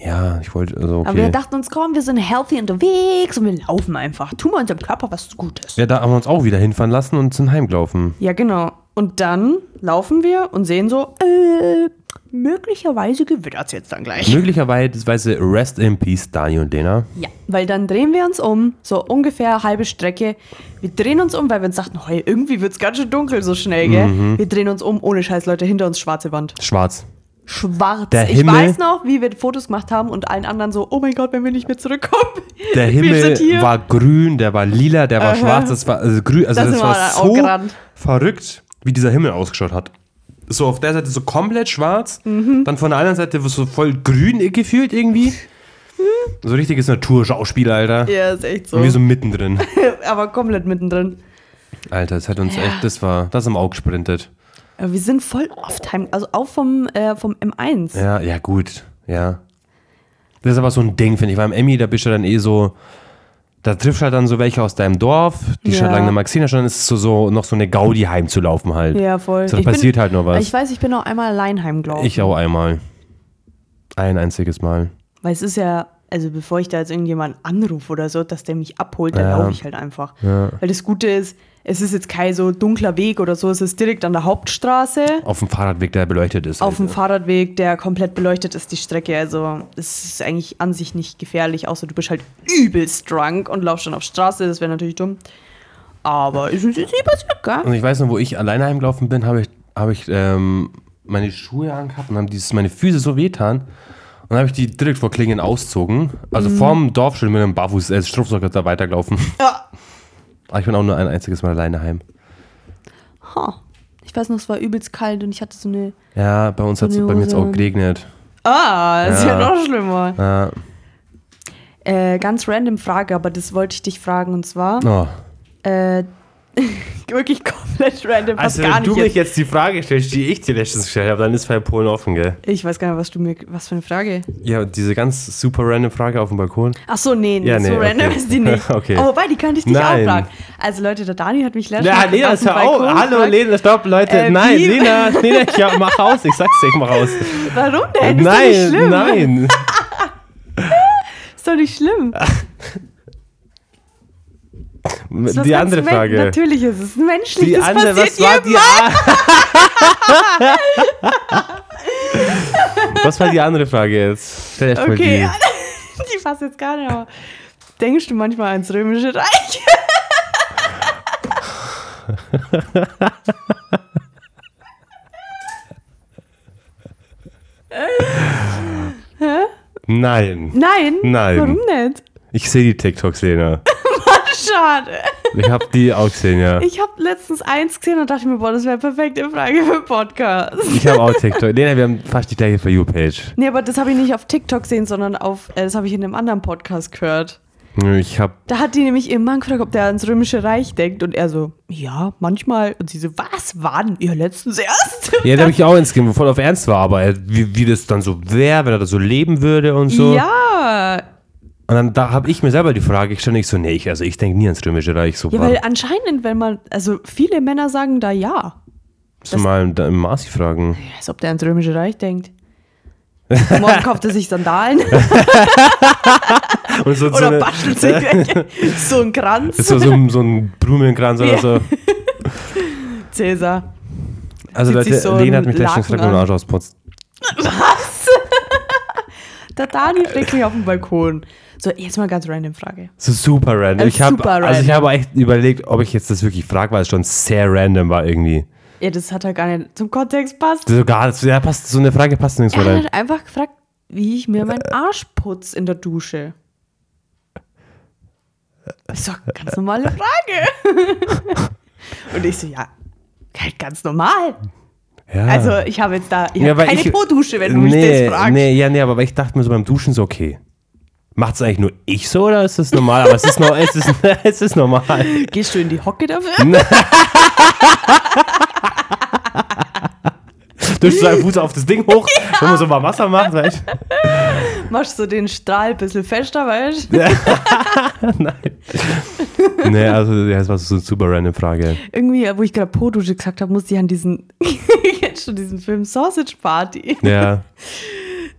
Ja, ich wollte, also okay. Aber wir dachten uns, komm, wir sind healthy unterwegs und wir laufen einfach. Tun wir unserem Körper was Gutes. Ja, ja, da haben wir uns auch wieder hinfahren lassen und sind heimgelaufen. genau. Und dann laufen wir und sehen so, äh, möglicherweise gewittert es jetzt dann gleich. Möglicherweise Rest in Peace, Dani und Lena. Ja, weil dann drehen wir uns um, so ungefähr eine halbe Strecke. Wir drehen uns um, weil wir uns dachten, hey, irgendwie wird es ganz schön dunkel so schnell, gell? Mhm. Wir drehen uns um, ohne Scheiß, Leute, hinter uns schwarze Wand. Schwarz. Schwarz. Der ich Himmel- weiß noch, wie wir Fotos gemacht haben und allen anderen so, oh mein Gott, wenn wir nicht mehr zurückkommen. Der wir Himmel sind hier. war grün, der war lila, der war schwarz, das war also grün, also Da das, sind wir dann war auch so gerannt. verrückt, wie dieser Himmel ausgeschaut hat. So auf der Seite so komplett schwarz, Mhm. dann von der anderen Seite so voll grün gefühlt irgendwie. So richtiges Naturschauspiel, Alter. Mhm. ja, ist echt so. Und wir so mittendrin. Aber komplett mittendrin. Alter, das hat uns echt, das war, das im Auge gesprintet. Aber wir sind voll off-time, also auch vom, äh, vom M1. Ja, ja, gut. Ja. Das ist aber so ein Ding, finde ich. Weil im Emmy, da bist du dann eh so. Da triffst du halt dann so welche aus deinem Dorf, die Ja. schon lange eine Maxine, schon ist es so, so noch so eine Gaudi heimzulaufen halt. Ja, voll. So, da Ich bin- passiert halt nur was. Ich weiß, ich bin auch einmal allein heimgelaufen. Ich auch einmal. Ein einziges Mal. Weil es ist ja, also bevor ich da jetzt irgendjemanden anrufe oder so, dass der mich abholt, dann Ja. laufe ich halt einfach. Weil das Gute ist, es ist jetzt kein so dunkler Weg oder so, es ist direkt an der Hauptstraße. Auf dem Fahrradweg, der beleuchtet ist. Auf dem halt. Fahrradweg, der komplett beleuchtet ist, die Strecke. Also, es ist eigentlich an sich nicht gefährlich, außer du bist halt übelst drunk und laufst dann auf Straße. Das wäre natürlich dumm. Aber es ist jetzt nicht passiert, gell? Und ich weiß noch, wo ich alleine heimgelaufen bin, habe ich, habe ich ähm, meine Schuhe angehabt und haben dieses, meine Füße so wehtan. Und dann habe ich die direkt vor Mhm. Klingen auszogen. Also vorm Dorf schon mit einem Barfuß, äh, Strumpfsock da weitergelaufen. Ja. Aber ich bin auch nur ein einziges Mal alleine heim. Ha. Ich weiß noch, es war übelst kalt und ich hatte so eine. Ja, bei uns hat es eine bei mir jetzt Hose auch an. geregnet. Ah, ist ja, Ja. noch schlimmer. Ja. Äh, ganz random Frage, aber das wollte ich dich fragen und zwar. Oh. Äh, wirklich komplett random, passt Also, gar wenn nicht. du Jetzt. mich jetzt die Frage stellst, die ich dir letztens gestellt habe, dann ist Fall Polen offen, gell? Ich weiß gar nicht, was du mir. Was für eine Frage. Ja, diese ganz super random Frage auf dem Balkon. Ach so, nee, nee, Ja, nee, so random okay. ist die nicht. Okay. Aber wobei, die kann ich dich Nein. auch fragen. Also Leute, der Dani hat mich letztens Ja, auf Lena, dem ist ja Balkon auch. Hallo, gefragt. Lena, stopp, Leute. Äh, nein, piep. Lena, Lena, ich ja, mach raus. Ich sag's dir, ich mach raus. Warum denn? Ist doch nicht nein, schlimm. nein. Ist doch nicht schlimm. Ist was die ganz andere men- Frage. Natürlich ist es menschlich. Die das andere, passiert was war jedem. die a- Was war die andere Frage jetzt? Stell erst mal Okay, die. die passt jetzt gar nicht, aber denkst du manchmal ans Römische Reich? Nein. Nein. Nein. Warum nicht? Ich sehe die TikToks, Lena. Schade. Ich hab die auch gesehen, ja. Ich habe letztens eins gesehen und dachte mir, boah, das wäre perfekte Frage für Podcast. Ich habe auch TikTok. Lena, wir haben fast die gleiche For You-Page. Nee, aber das habe ich nicht auf TikTok gesehen, sondern auf, äh, das habe ich in einem anderen Podcast gehört. Ich habe Da hat die nämlich ihren Mann gefragt, ob der ans Römische Reich denkt. Und er so, ja, manchmal. Und sie so, was? Wann? Ja, letztens erst. Ja, da habe ich auch ins Game, voll auf Ernst war, aber äh, wie, wie das dann so wäre, wenn er das so leben würde und so. Ja. Und dann da habe ich mir selber die Frage gestellt, ich so, nee, ich, also ich denke nie ans Römische Reich, so Ja, wann? weil anscheinend, wenn man, also viele Männer sagen da ja. Musst du mal da im Marci fragen. Ja, Als ob der ans Römische Reich denkt. Morgen kauft er sich Sandalen Und so, so, oder eine, bastelt sich welche. so einen Kranz. so, so, so ein Blumenkranz oder Ja. so. Cäsar. Also Zieht sich Leute, so Lena einen hat mich letztens Laken gefragt, ob an. Arsch ausputzt. Der Dani fragt mich auf dem Balkon. So, jetzt mal ganz random Frage. So super Also random. ich hab, super Also ich random. habe echt überlegt, ob ich jetzt das wirklich frage, weil es schon sehr random war irgendwie. Ja, das hat halt gar nicht zum Kontext passt. So gar nicht, ja, passt, so eine Frage passt nirgends Er mehr hat rein. halt einfach gefragt, wie ich mir meinen Arsch putz in der Dusche. Ist doch eine ganz normale Frage. Und ich so, ja, halt ganz normal. Ja. Also ich habe jetzt da ich Ja, hab weil keine ich- Po-Dusche, wenn du mich das fragst. Nee, ja, nee, aber ich dachte mir so beim Duschen so, okay. Macht es eigentlich nur ich so oder ist das normal? Aber es ist, no, es ist, es ist normal. Gehst du in die Hocke dafür? Du hast deinen Fuß auf das Ding hoch, wenn man so mal Wasser macht, weißt du? Machst du den Strahl ein bisschen fester, weißt Nee, also ja, das war so eine super random Frage. Irgendwie, wo ich gerade Po-Dusche gesagt habe, musste ich an diesen, jetzt schon diesen Film Sausage Party. Ja.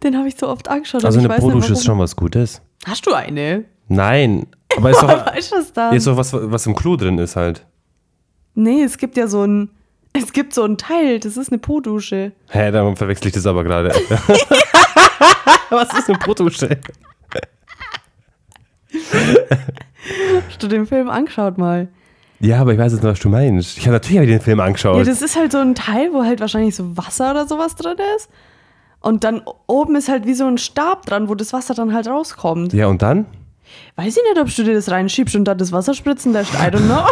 Den habe ich so oft angeschaut. Also und ich eine weiß nicht Podusche ist warum. schon was Gutes. Hast du eine? Nein, aber ist doch, Weißt du das dann? ist doch was, was im Klo drin ist halt. Nee, es gibt ja so ein, es gibt so ein Teil, das ist eine Po-Dusche. Hä, dann verwechsel ich das aber gerade. was ist eine Podusche? Hast du den Film angeschaut mal? Ja, aber ich weiß jetzt nicht, was du meinst. Ich habe natürlich hab ich den Film Ja, angeschaut. das ist halt so ein Teil, wo halt wahrscheinlich so Wasser oder sowas drin ist. Und dann oben ist halt wie so ein Stab dran, wo das Wasser dann halt rauskommt. ja und dann? Weiß ich nicht, ob du dir das reinschiebst und dann das Wasser spritzen lässt. I don't know.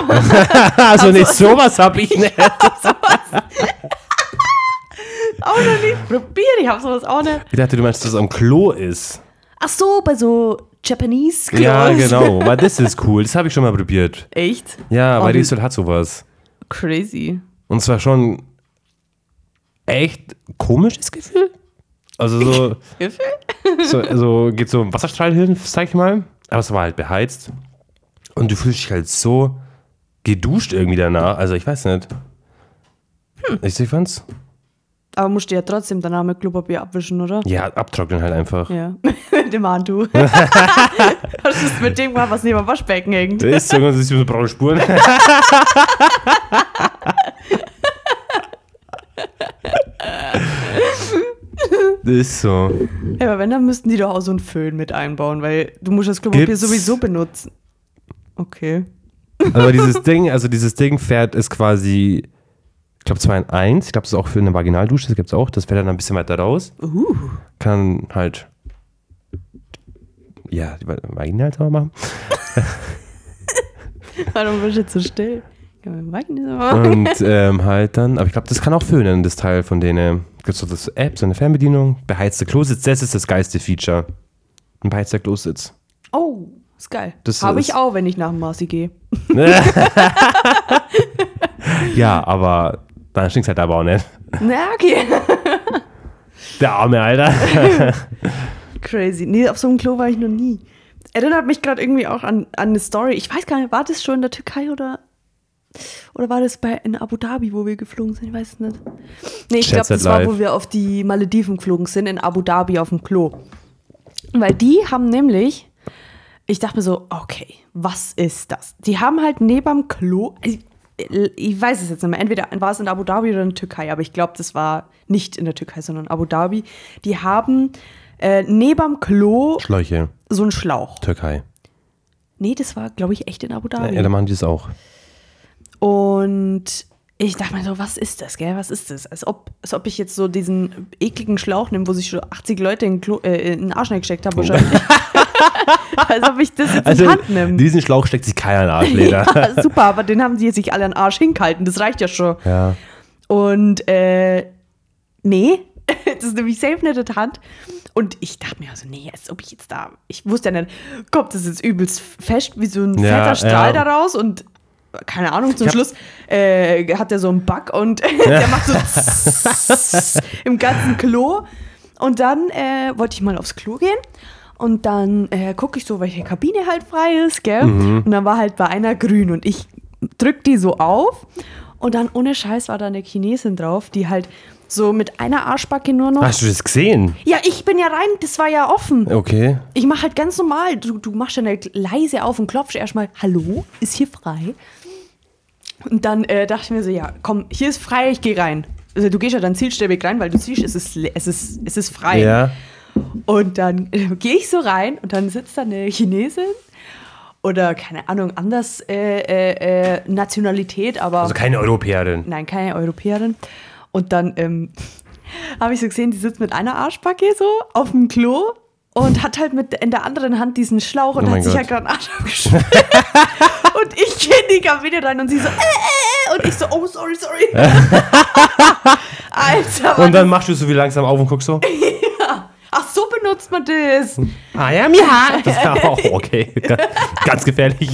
Also, nicht sowas habe ich nicht. auch noch nicht probiert. Ich habe sowas auch nicht. Ich dachte, du meinst, dass es am Klo ist. Ach so, bei so Japanese Clothes. Ja, genau. Weil das ist cool. Das habe ich schon mal probiert. Echt? Ja, Oh, weil wie- Riesel hat sowas. Crazy. Und zwar schon echt komisches Gefühl. Also so, so, so geht so ein Wasserstrahl hin, sag ich mal. Aber es war halt beheizt. Und du fühlst dich halt so geduscht irgendwie danach. Also ich weiß nicht. Ich Ich fand's. Aber musst du ja trotzdem danach mit Klopapier abwischen, oder? Ja, abtrocknen halt einfach. Ja. mit dem Handtuch. Hast du es mit dem gemacht, was neben dem Waschbecken hängt? Das ist so das ist so braune Spuren. Das ist so. Ja, aber wenn, dann müssten die doch auch so einen Föhn mit einbauen, weil du musst das Klopapier Gibt's? sowieso benutzen. Okay. Aber dieses Ding, also dieses Ding fährt ist quasi, ich glaube, 2 in 1. Ich glaube, das ist auch für eine Vaginaldusche, das gibt es auch. Das fährt dann ein bisschen weiter raus. Uh. Kann halt. Ja, die Vaginalsauber machen. Warum bist du jetzt so still? Kann man Magnesium machen? Und ähm, halt dann, aber ich glaube, das kann auch föhnen, das Teil von denen. Gibt es so das App, so eine Fernbedienung? Beheizte Klositz, das ist das geilste Feature. Ein beheizter Klositz. Oh, ist geil. Das Habe ist- ich auch, wenn ich nach dem Marsi gehe. Ja, aber dann stinkt halt aber auch nicht. Na, okay. Der arme Alter. Crazy. Nee, auf so einem Klo war ich noch nie. Erinnert mich gerade irgendwie auch an, an eine Story. Ich weiß gar nicht, war das schon in der Türkei oder, oder war das bei, in Abu Dhabi, wo wir geflogen sind? Ich weiß es nicht. Nee, ich Jet glaube, Set das war, Live. wo wir auf die Malediven geflogen sind, in Abu Dhabi auf dem Klo. Weil die haben nämlich, ich dachte mir so, okay, was ist das? Die haben halt neben dem Klo, ich, ich weiß es jetzt nicht mehr, entweder war es in Abu Dhabi oder in der Türkei, aber ich glaube, das war nicht in der Türkei, sondern in Abu Dhabi. Die haben äh, neben dem Klo Schläuche, so einen Schlauch. Türkei. Nee, das war, glaube ich, echt in Abu Dhabi. Oh, Ja, da machen die das auch. Und ich dachte mir so, was ist das, gell? Was ist das? Als ob, als ob ich jetzt so diesen ekligen Schlauch nehme, wo sich schon 80 Leute in, den Klo, äh, in den Arsch gesteckt Oh. haben, wahrscheinlich. als ob ich das jetzt in die Hand nehme. Also, diesen Schlauch steckt sich keiner in den Arsch, Leder. Ja, super, aber den haben sie jetzt sich alle an den Arsch hinkalten. Das reicht ja schon. Ja. Und äh, nee, das ist nämlich safe nicht in der Hand. Und ich dachte mir also, nee, als ob ich jetzt da, ich wusste ja nicht, kommt das jetzt übelst fest, wie so ein Ja, fetter Strahl ja. daraus und keine Ahnung, zum Ich hab- Schluss äh, hat er so einen Bug und der macht so im ganzen Klo. Und dann äh, wollte ich mal aufs Klo gehen. Und dann äh, gucke ich so, welche Kabine halt frei ist, gell? Und dann war halt bei einer grün und ich drück die so auf. Und dann ohne Scheiß war da eine Chinesin drauf, die halt so mit einer Arschbacke nur noch. Hast du das gesehen? Ja, ich bin ja rein, das war ja offen. Okay. Ich mache halt ganz normal. Du, du machst dann halt leise auf und klopfst erstmal, hallo, ist hier frei? Und dann äh, dachte ich mir so, ja, komm, hier ist frei, ich gehe rein. Also du gehst ja dann zielstrebig rein, weil du siehst, es ist, le- es ist, es ist frei. Ja. Und dann äh, gehe ich so rein und dann sitzt da eine Chinesin oder keine Ahnung, anders äh, äh, äh, Nationalität, aber Also keine Europäerin. nein, keine Europäerin. Und dann ähm, habe ich so gesehen, die sitzt mit einer Arschbacke so auf dem Klo und hat halt mit in der anderen Hand diesen Schlauch und Oh mein hat sich Gott. halt gerade einen Arsch abgeschmiert. und ich gehe in die Kabine rein und sie so, äh, äh, äh, und ich so, oh, sorry, sorry. Alter, Und Mann. dann machst du so wie langsam auf und guckst so. ach so benutzt man das. Ah ja, ja. Das war auch okay. Ganz, ganz gefährlich.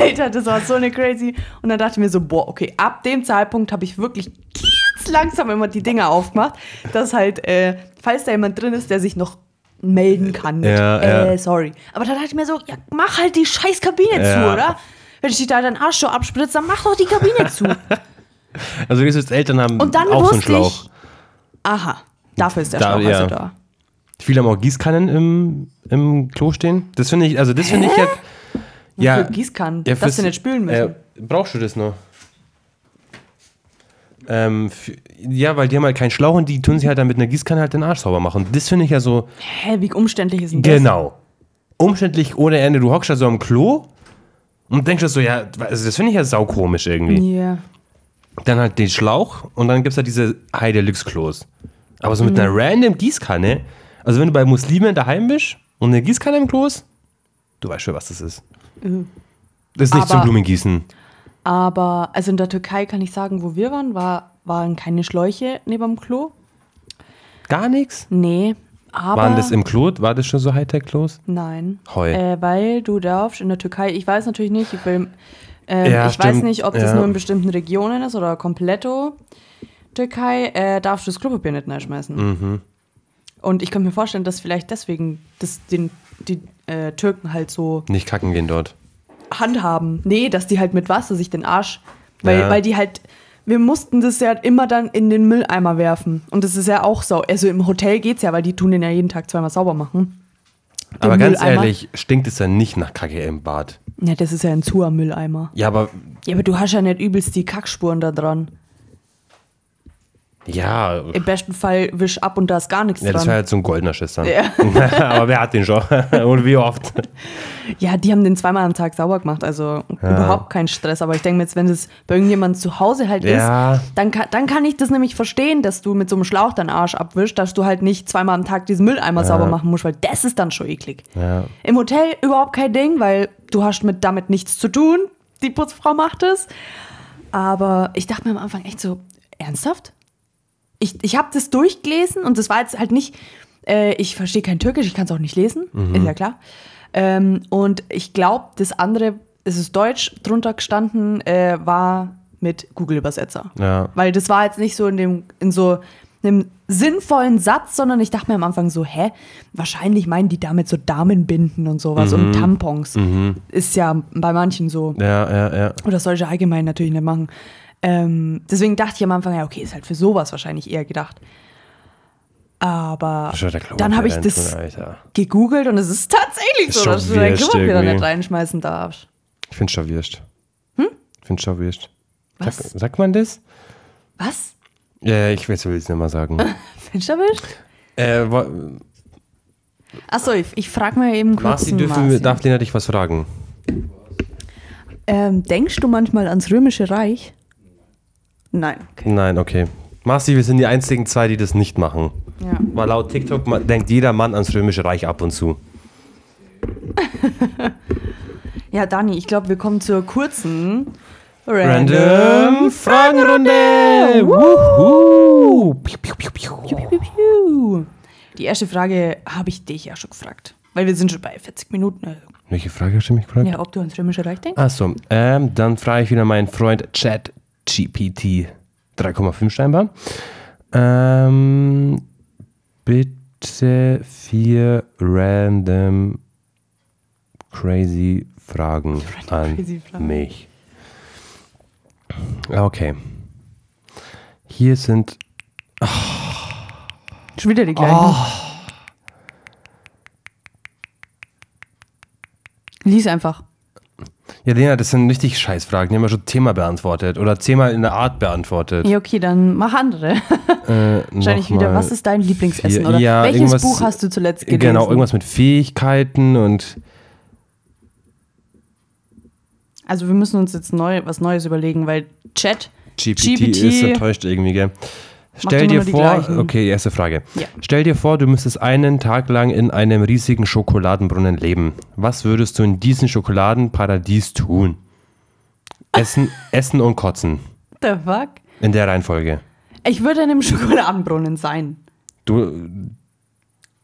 Alter, das war so eine crazy. Und dann dachte ich mir so, boah, okay, ab dem Zeitpunkt habe ich wirklich ganz langsam immer die Dinger aufgemacht, dass halt, äh, falls da jemand drin ist, der sich noch melden kann. Mit, Ja, äh, ja. sorry. Aber dann dachte ich mir so, ja, mach halt die scheiß Kabine zu, Ja. oder? Wenn ich dich da deinen Arsch schon abspritze, dann mach doch die Kabine zu. Also Jesus, Eltern haben Und dann auch so einen wusste Schlauch. ich, aha, dafür ist der Da- Schlauch ja. also da. Viele haben auch Gießkannen im, im Klo stehen. Das finde ich, also das finde ich ja. Ja, Für Gießkannen, ja, dass fürs- sie nicht spülen müssen. Äh, brauchst du das noch? Ähm, für, ja, weil die haben halt keinen Schlauch und die tun sich halt dann mit einer Gießkanne halt den Arsch sauber machen. Das finde ich ja so. Hä, wie umständlich ist denn das? Genau. Umständlich ohne Ende. Du hockst da so am Klo und denkst dir so, ja, also das finde ich ja saukomisch irgendwie. Ja. Dann halt den Schlauch und dann gibt es halt diese Heidelux-Klos. Aber so mit einer Mhm. random Gießkanne. Also wenn du bei Muslimen daheim bist und eine Gießkanne im Klo ist, du weißt schon, was das ist. Das Mhm. ist nicht Aber- zum Blumengießen. Aber, also in der Türkei kann ich sagen, wo wir waren, war, waren keine Schläuche neben dem Klo. Gar nichts. Nee, aber. Waren das im Klo? War das schon so Hightech-Klos? Nein. Heu. Äh, weil du darfst in der Türkei, ich weiß natürlich nicht, ich, will, ähm, Ja, ich weiß stimmt. nicht, ob das Ja. nur in bestimmten Regionen ist oder kompletto Türkei, äh, darfst du das Klopapier nicht reinschmeißen. Mhm. Und ich könnte mir vorstellen, dass vielleicht deswegen das den, die äh, Türken halt so Nicht kacken gehen dort. handhaben. Nee, dass die halt mit Wasser sich den Arsch. Weil, Ja. weil die halt. Wir mussten das ja immer dann in den Mülleimer werfen. Und das ist ja auch so. Also im Hotel geht's ja, weil die tun den ja jeden Tag zweimal sauber machen. Den Aber ganz Mülleimer. ehrlich, stinkt es dann nicht nach Kacke im Bad. Ja, das ist ja ein zuer Mülleimer. Ja, aber Ja, aber du hast ja nicht übelst die Kackspuren da dran. ja, Im besten Fall wisch ab und da ist gar nichts ja das war dran. halt so ein goldener Schiss dann. Ja. aber wer hat den schon? Und wie oft? Ja, die haben den zweimal am Tag sauber gemacht, also überhaupt kein Stress. Aber ich denke mir jetzt, wenn das bei irgendjemandem zu Hause halt Ja. ist, dann kann, dann kann ich das nämlich verstehen, dass du mit so einem Schlauch deinen Arsch abwischst, dass du halt nicht zweimal am Tag diesen Mülleimer sauber machen musst, weil das ist dann schon eklig. Ja. Im Hotel überhaupt kein Ding, weil du hast mit, damit nichts zu tun. Die Putzfrau macht es. Aber ich dachte mir am Anfang echt so, ernsthaft? Ich, ich habe das durchgelesen und das war jetzt halt nicht, äh, ich verstehe kein Türkisch, ich kann es auch nicht lesen, ist ja klar. Ähm, und ich glaube, das andere, es ist Deutsch drunter gestanden, äh, war mit Google-Übersetzer. Ja. Weil das war jetzt nicht so in dem, in so einem sinnvollen Satz, sondern ich dachte mir am Anfang so, hä, wahrscheinlich meinen die damit so Damenbinden und sowas und Tampons. Ist ja bei manchen so. Ja, ja, ja. Oder sollte allgemein natürlich nicht machen. Ähm, deswegen dachte ich am Anfang, ja, okay, ist halt für sowas wahrscheinlich eher gedacht. Aber Das ist ja der dann habe ich Klopapier das reintun, Alter. gegoogelt und es ist tatsächlich Ist so, schon dass du dein wurscht Klopapier da irgendwie. nicht reinschmeißen darfst. Ich finde schawirst. Hm? Ich finde schawirst. Sag, Was? sagt man das? Was? Ja, ich will es nicht mehr sagen. Findest du das? äh, wa- Achso, ich, ich frage mal eben kurz. Marci, einen dürfen wir, Marci. darf Lena dich was fragen? Ähm, denkst du manchmal ans Römische Reich? Nein. Okay. Nein, okay. Marci, wir sind die einzigen zwei, die das nicht machen. Ja. Weil laut TikTok ma- denkt jeder Mann ans Römische Reich ab und zu. ja, Dani, ich glaube, wir kommen zur kurzen Random Fragenrunde! Wuhu! Piu, piu, piu, piu. Piu, piu. Die erste Frage habe ich dich ja schon gefragt, weil wir sind schon bei 40 Minuten. Also, Welche Frage hast du mich gefragt? ja, ob du ans Römische Reich denkst? Achso, ähm, dann frage ich wieder meinen Freund Chat GPT 3,5 scheinbar. Ähm, bitte vier random crazy Fragen an crazy Fragen. mich. Okay. Hier sind Schon wieder die gleichen. Lies einfach. Ja, Lena, das sind richtig Scheißfragen. Die haben wir schon zehnmal beantwortet oder zehnmal in der Art beantwortet. Ja, okay, dann mach andere. Äh, Wahrscheinlich nochmal wieder, was ist dein Lieblingsessen? vier- Oder ja, welches irgendwas- Buch hast du zuletzt gelesen? Genau, irgendwas mit Fähigkeiten und Also wir müssen uns jetzt neu, was Neues überlegen, weil Chat, GPT, ist enttäuscht irgendwie, gell? Stell immer dir nur die vor, gleichen. okay, erste Frage. Ja. Stell dir vor, du müsstest einen Tag lang in einem riesigen Schokoladenbrunnen leben. Was würdest du in diesem Schokoladenparadies tun? Essen, essen und kotzen. What the fuck? In der Reihenfolge. Ich würde in einem Schokoladenbrunnen sein. Du,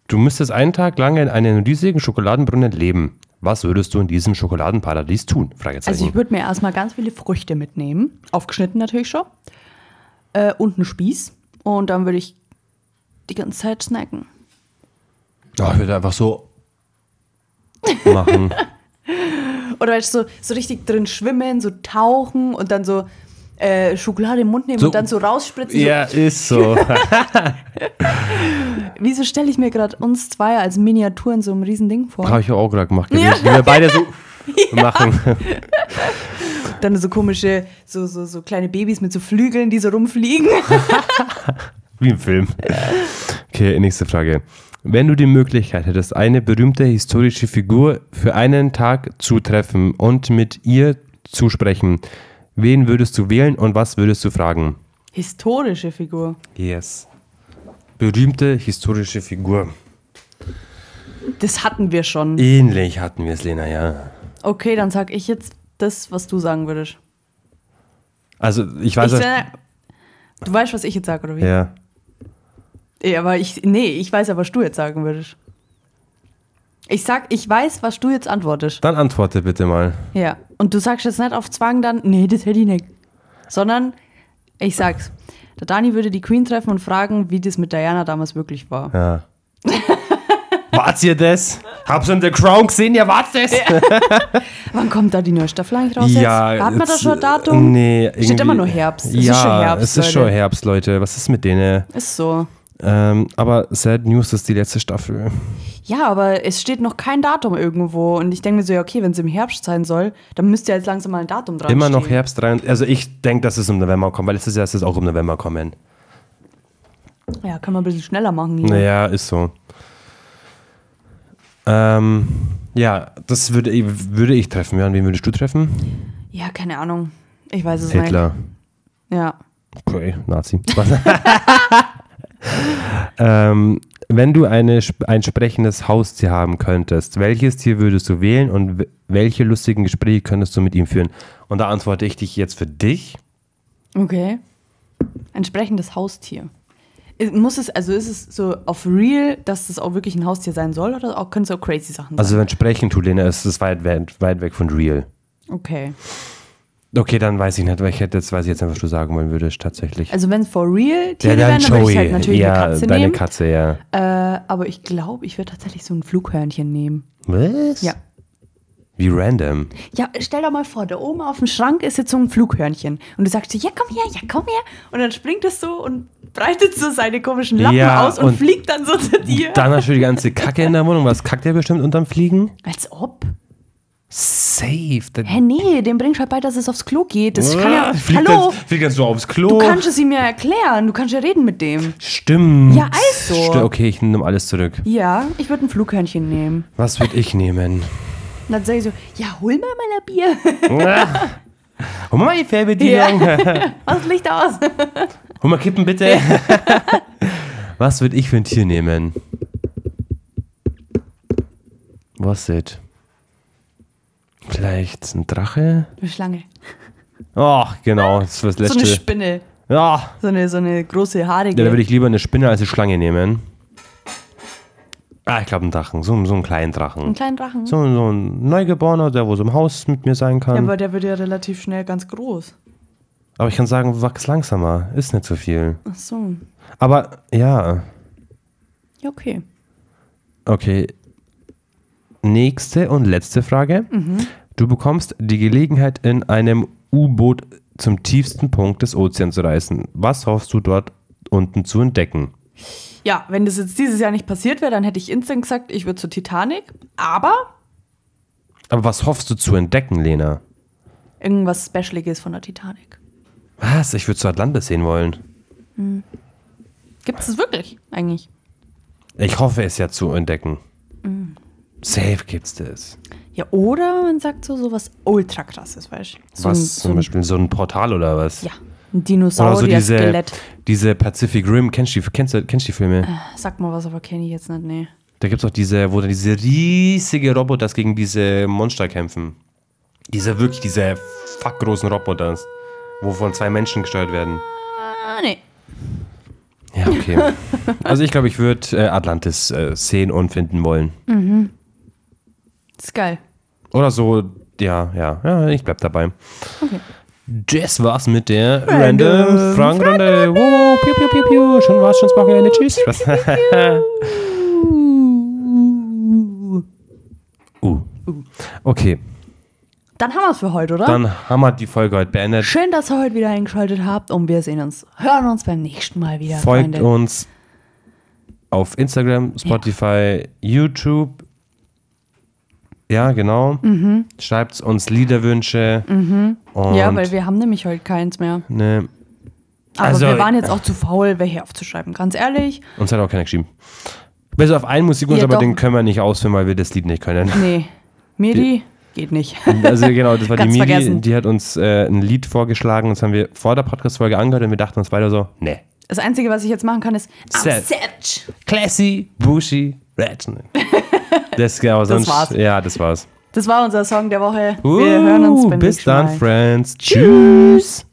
du müsstest einen Tag lang in einem riesigen Schokoladenbrunnen leben. Was würdest du in diesem Schokoladenparadies tun? Fragezeichen. Also ich würde mir erstmal ganz viele Früchte mitnehmen, aufgeschnitten natürlich schon, äh, und einen Spieß. Und dann würde ich die ganze Zeit snacken. oh, ich würde einfach so machen. Oder weißt du, so, so richtig drin schwimmen, so tauchen und dann so äh, Schokolade im Mund nehmen So- und dann so rausspritzen. ja, ist so. So, wieso stelle ich mir gerade uns zwei als Miniaturen so einem riesen Ding vor? Habe ich auch gerade gemacht. gewesen. Wie wir beide so machen. Dann so komische, so, so, so kleine Babys mit so Flügeln, die so rumfliegen. Wie im Film. Okay, nächste Frage. Wenn du die Möglichkeit hättest, eine berühmte historische Figur für einen Tag zu treffen und mit ihr zu sprechen, wen würdest du wählen und was würdest du fragen? Historische Figur. Yes. Berühmte historische Figur. Das hatten wir schon. Ähnlich hatten wir es, Lena, ja. Okay, dann sag ich jetzt das, was du sagen würdest. Also, ich weiß ich, ja. sag- du weißt, was ich jetzt sage, oder wie? Ja. Eh, Aber ich, nee, ich weiß ja, was du jetzt sagen würdest. Ich sag, ich weiß, was du jetzt antwortest. Dann antworte bitte mal. Ja. Und du sagst jetzt nicht auf Zwang dann, nee, das hätte ich nicht. Sondern ich sag's. Der Dani würde die Queen treffen und fragen, wie das mit Diana damals wirklich war. Ja. Wart ihr das? Hab's in The Crown gesehen, ihr wart das? Wann kommt da die neue Staffel eigentlich raus? jetzt? Hat man da jetzt, ähm, schon ein Datum? Nee, irgendwie- immer nur Herbst. Es ja, ist schon Herbst, es ist schon Leute. Herbst, Leute. Was ist mit denen? Ist so. Ähm, aber Sad News ist die letzte Staffel. Ja, aber es steht noch kein Datum irgendwo. Und ich denke mir so, ja, okay, wenn es im Herbst sein soll, dann müsste ja jetzt langsam mal ein Datum dran Immer noch stehen. Herbst rein. Also ich denke, dass es im November kommt, weil letztes Jahr ist es auch im November kommen. Ja, kann man ein bisschen schneller machen hier. Naja, ist so. Ähm, Ja, das würde, ich- würde ich treffen. Ja, an wen würdest du treffen? Ja, keine Ahnung. Ich weiß es Hitler. nicht. Ja. Okay, Nazi. Was? ähm, wenn du eine, sp- ein sprechendes Haustier haben könntest, welches Tier würdest du wählen und w- welche lustigen Gespräche könntest du mit ihm führen? Und da antworte ich dich jetzt für dich. Okay. Entsprechendes Haustier. Ist- Muss es, also ist es so auf real, dass es auch wirklich ein Haustier sein soll oder auch, können es auch crazy Sachen sein? Also wenn sprechen tut, Lena, ist es weit, weit, weit weg von real. Okay. Okay, dann weiß ich nicht, weil ich hätte jetzt, weiß ich jetzt einfach, was du sagen wollen würdest, tatsächlich. Also wenn es for real Ja, Tiere wären, dann würde ich halt natürlich ja, eine Katze deine nehmen. Katze, ja. äh, aber ich glaube, ich würde tatsächlich so ein Flughörnchen nehmen. Was? Ja. Wie random. Ja, stell doch mal vor, da oben auf dem Schrank ist jetzt so ein Flughörnchen. Und du sagst dir, ja, komm her, ja, komm her. Und dann springt es so und breitet so seine komischen Lappen Ja, aus und, und fliegt dann so zu dir. Dann hast du die ganze Kacke in der Wohnung. Was kackt der bestimmt unterm Fliegen? Als ob. Safe. Das Hä, nee, dem bringst du halt bei, dass es aufs Klo geht. Das kann ja. Hallo, Ah, Fliegt Oh. jetzt so aufs Klo. du kannst es ihm ja erklären. Du kannst ja reden mit dem. Stimmt. Ja, also. Sti- okay, ich nehme alles zurück. Ja, ich würde ein Flughörnchen nehmen. Was würde ich nehmen? Und dann sage ich so, ja, hol mal mein Bier. Ah. Hol mal die Fernbedienung. Mach das Licht aus. Hol mal Kippen, bitte. Was würde ich für ein Tier nehmen? Was it? Vielleicht ein Drache? Eine Schlange. Oh, genau. Das ist das So eine letzte. Spinne. Ja. So eine, so eine große, haarige. Ja, da würde ich lieber eine Spinne als eine Schlange nehmen. Ah, ich glaube einen Drachen. So, einen- so einen kleinen einen Drachen. kleinen Drachen. So, ähm. so ein Neugeborener, der wo so im Haus mit mir sein Ja, kann. aber der wird ja relativ schnell ganz groß. aber ich kann sagen, wachs langsamer. Ist nicht so viel. Ach so. Aber ja, Ja, okay. okay. Nächste und letzte Frage. Mhm. Du bekommst die Gelegenheit, in einem U-Boot zum tiefsten Punkt des Ozeans zu reisen. Was hoffst du dort unten zu entdecken? Ja, wenn das jetzt dieses Jahr nicht passiert wäre, dann hätte ich instant gesagt, ich würde zur Titanic. Aber Aber was hoffst du zu entdecken, Lena? irgendwas Specialiges von der Titanic. Was? Ich würde zu Atlantis sehen wollen. Gibt es wirklich eigentlich? Ich hoffe, es ja zu entdecken. Mhm. Safe gibt's das. Ja, oder man sagt so, so was ultra krasses, weißt du? So was ein, zum so ein, Beispiel? So ein Portal oder was? ja, ein Oder so diese, Dinosaurier-Skelett. diese Pacific Rim. Kennst du die, kennst, du- kennst du die Filme? Sag mal was, aber kenne ich jetzt nicht, nee. Da gibt's auch diese, wo dann diese riesige Roboter gegen diese Monster kämpfen. Diese wirklich, diese fuck großen Roboter, wo von zwei Menschen gesteuert werden. Ah, nee. Ja, okay. also ich glaube, ich würde äh, Atlantis äh, sehen und finden wollen. Ist geil. Oder so, ja, ja, ja, ich bleib dabei. Okay. Das war's mit der Random Random Frank Runde. Wow, wow, piu, piu, piu, piu. Schon war's, schönes Wochenende. Tschüss. Was? uh. Okay, Dann haben wir es für heute, oder? dann haben wir die Folge heute beendet. Schön, dass ihr heute wieder eingeschaltet habt und wir sehen uns, hören uns beim nächsten Mal wieder. Folgt Freunde. uns auf Instagram, Spotify, YouTube. Ja, genau. Schreibt uns Liederwünsche. Und Mhm. Ja, weil wir haben nämlich heute keins mehr. ne, Aber Also- wir waren jetzt auch zu faul, welche aufzuschreiben. Ganz ehrlich, uns hat auch keiner geschrieben. Bis auf einen Musikwunsch, Ja, aber doch. den können wir nicht ausführen, weil wir das Lied nicht können. nee. Miri geht nicht. Also genau, das war die Ganz Miri, vergessen. die hat uns äh, ein Lied vorgeschlagen, das haben wir vor der Podcast-Folge angehört und wir dachten uns beide so, ne. nee. Das Einzige, was ich jetzt machen kann, ist I'm Sad. Savage. Classy, bushy, ratchet. Das, genau, sonst, war's. Ja, das war's. Das war unser Song der Woche. Wir hören uns Uh, beim Bis nächsten dann, Mal. Friends. Tschüss.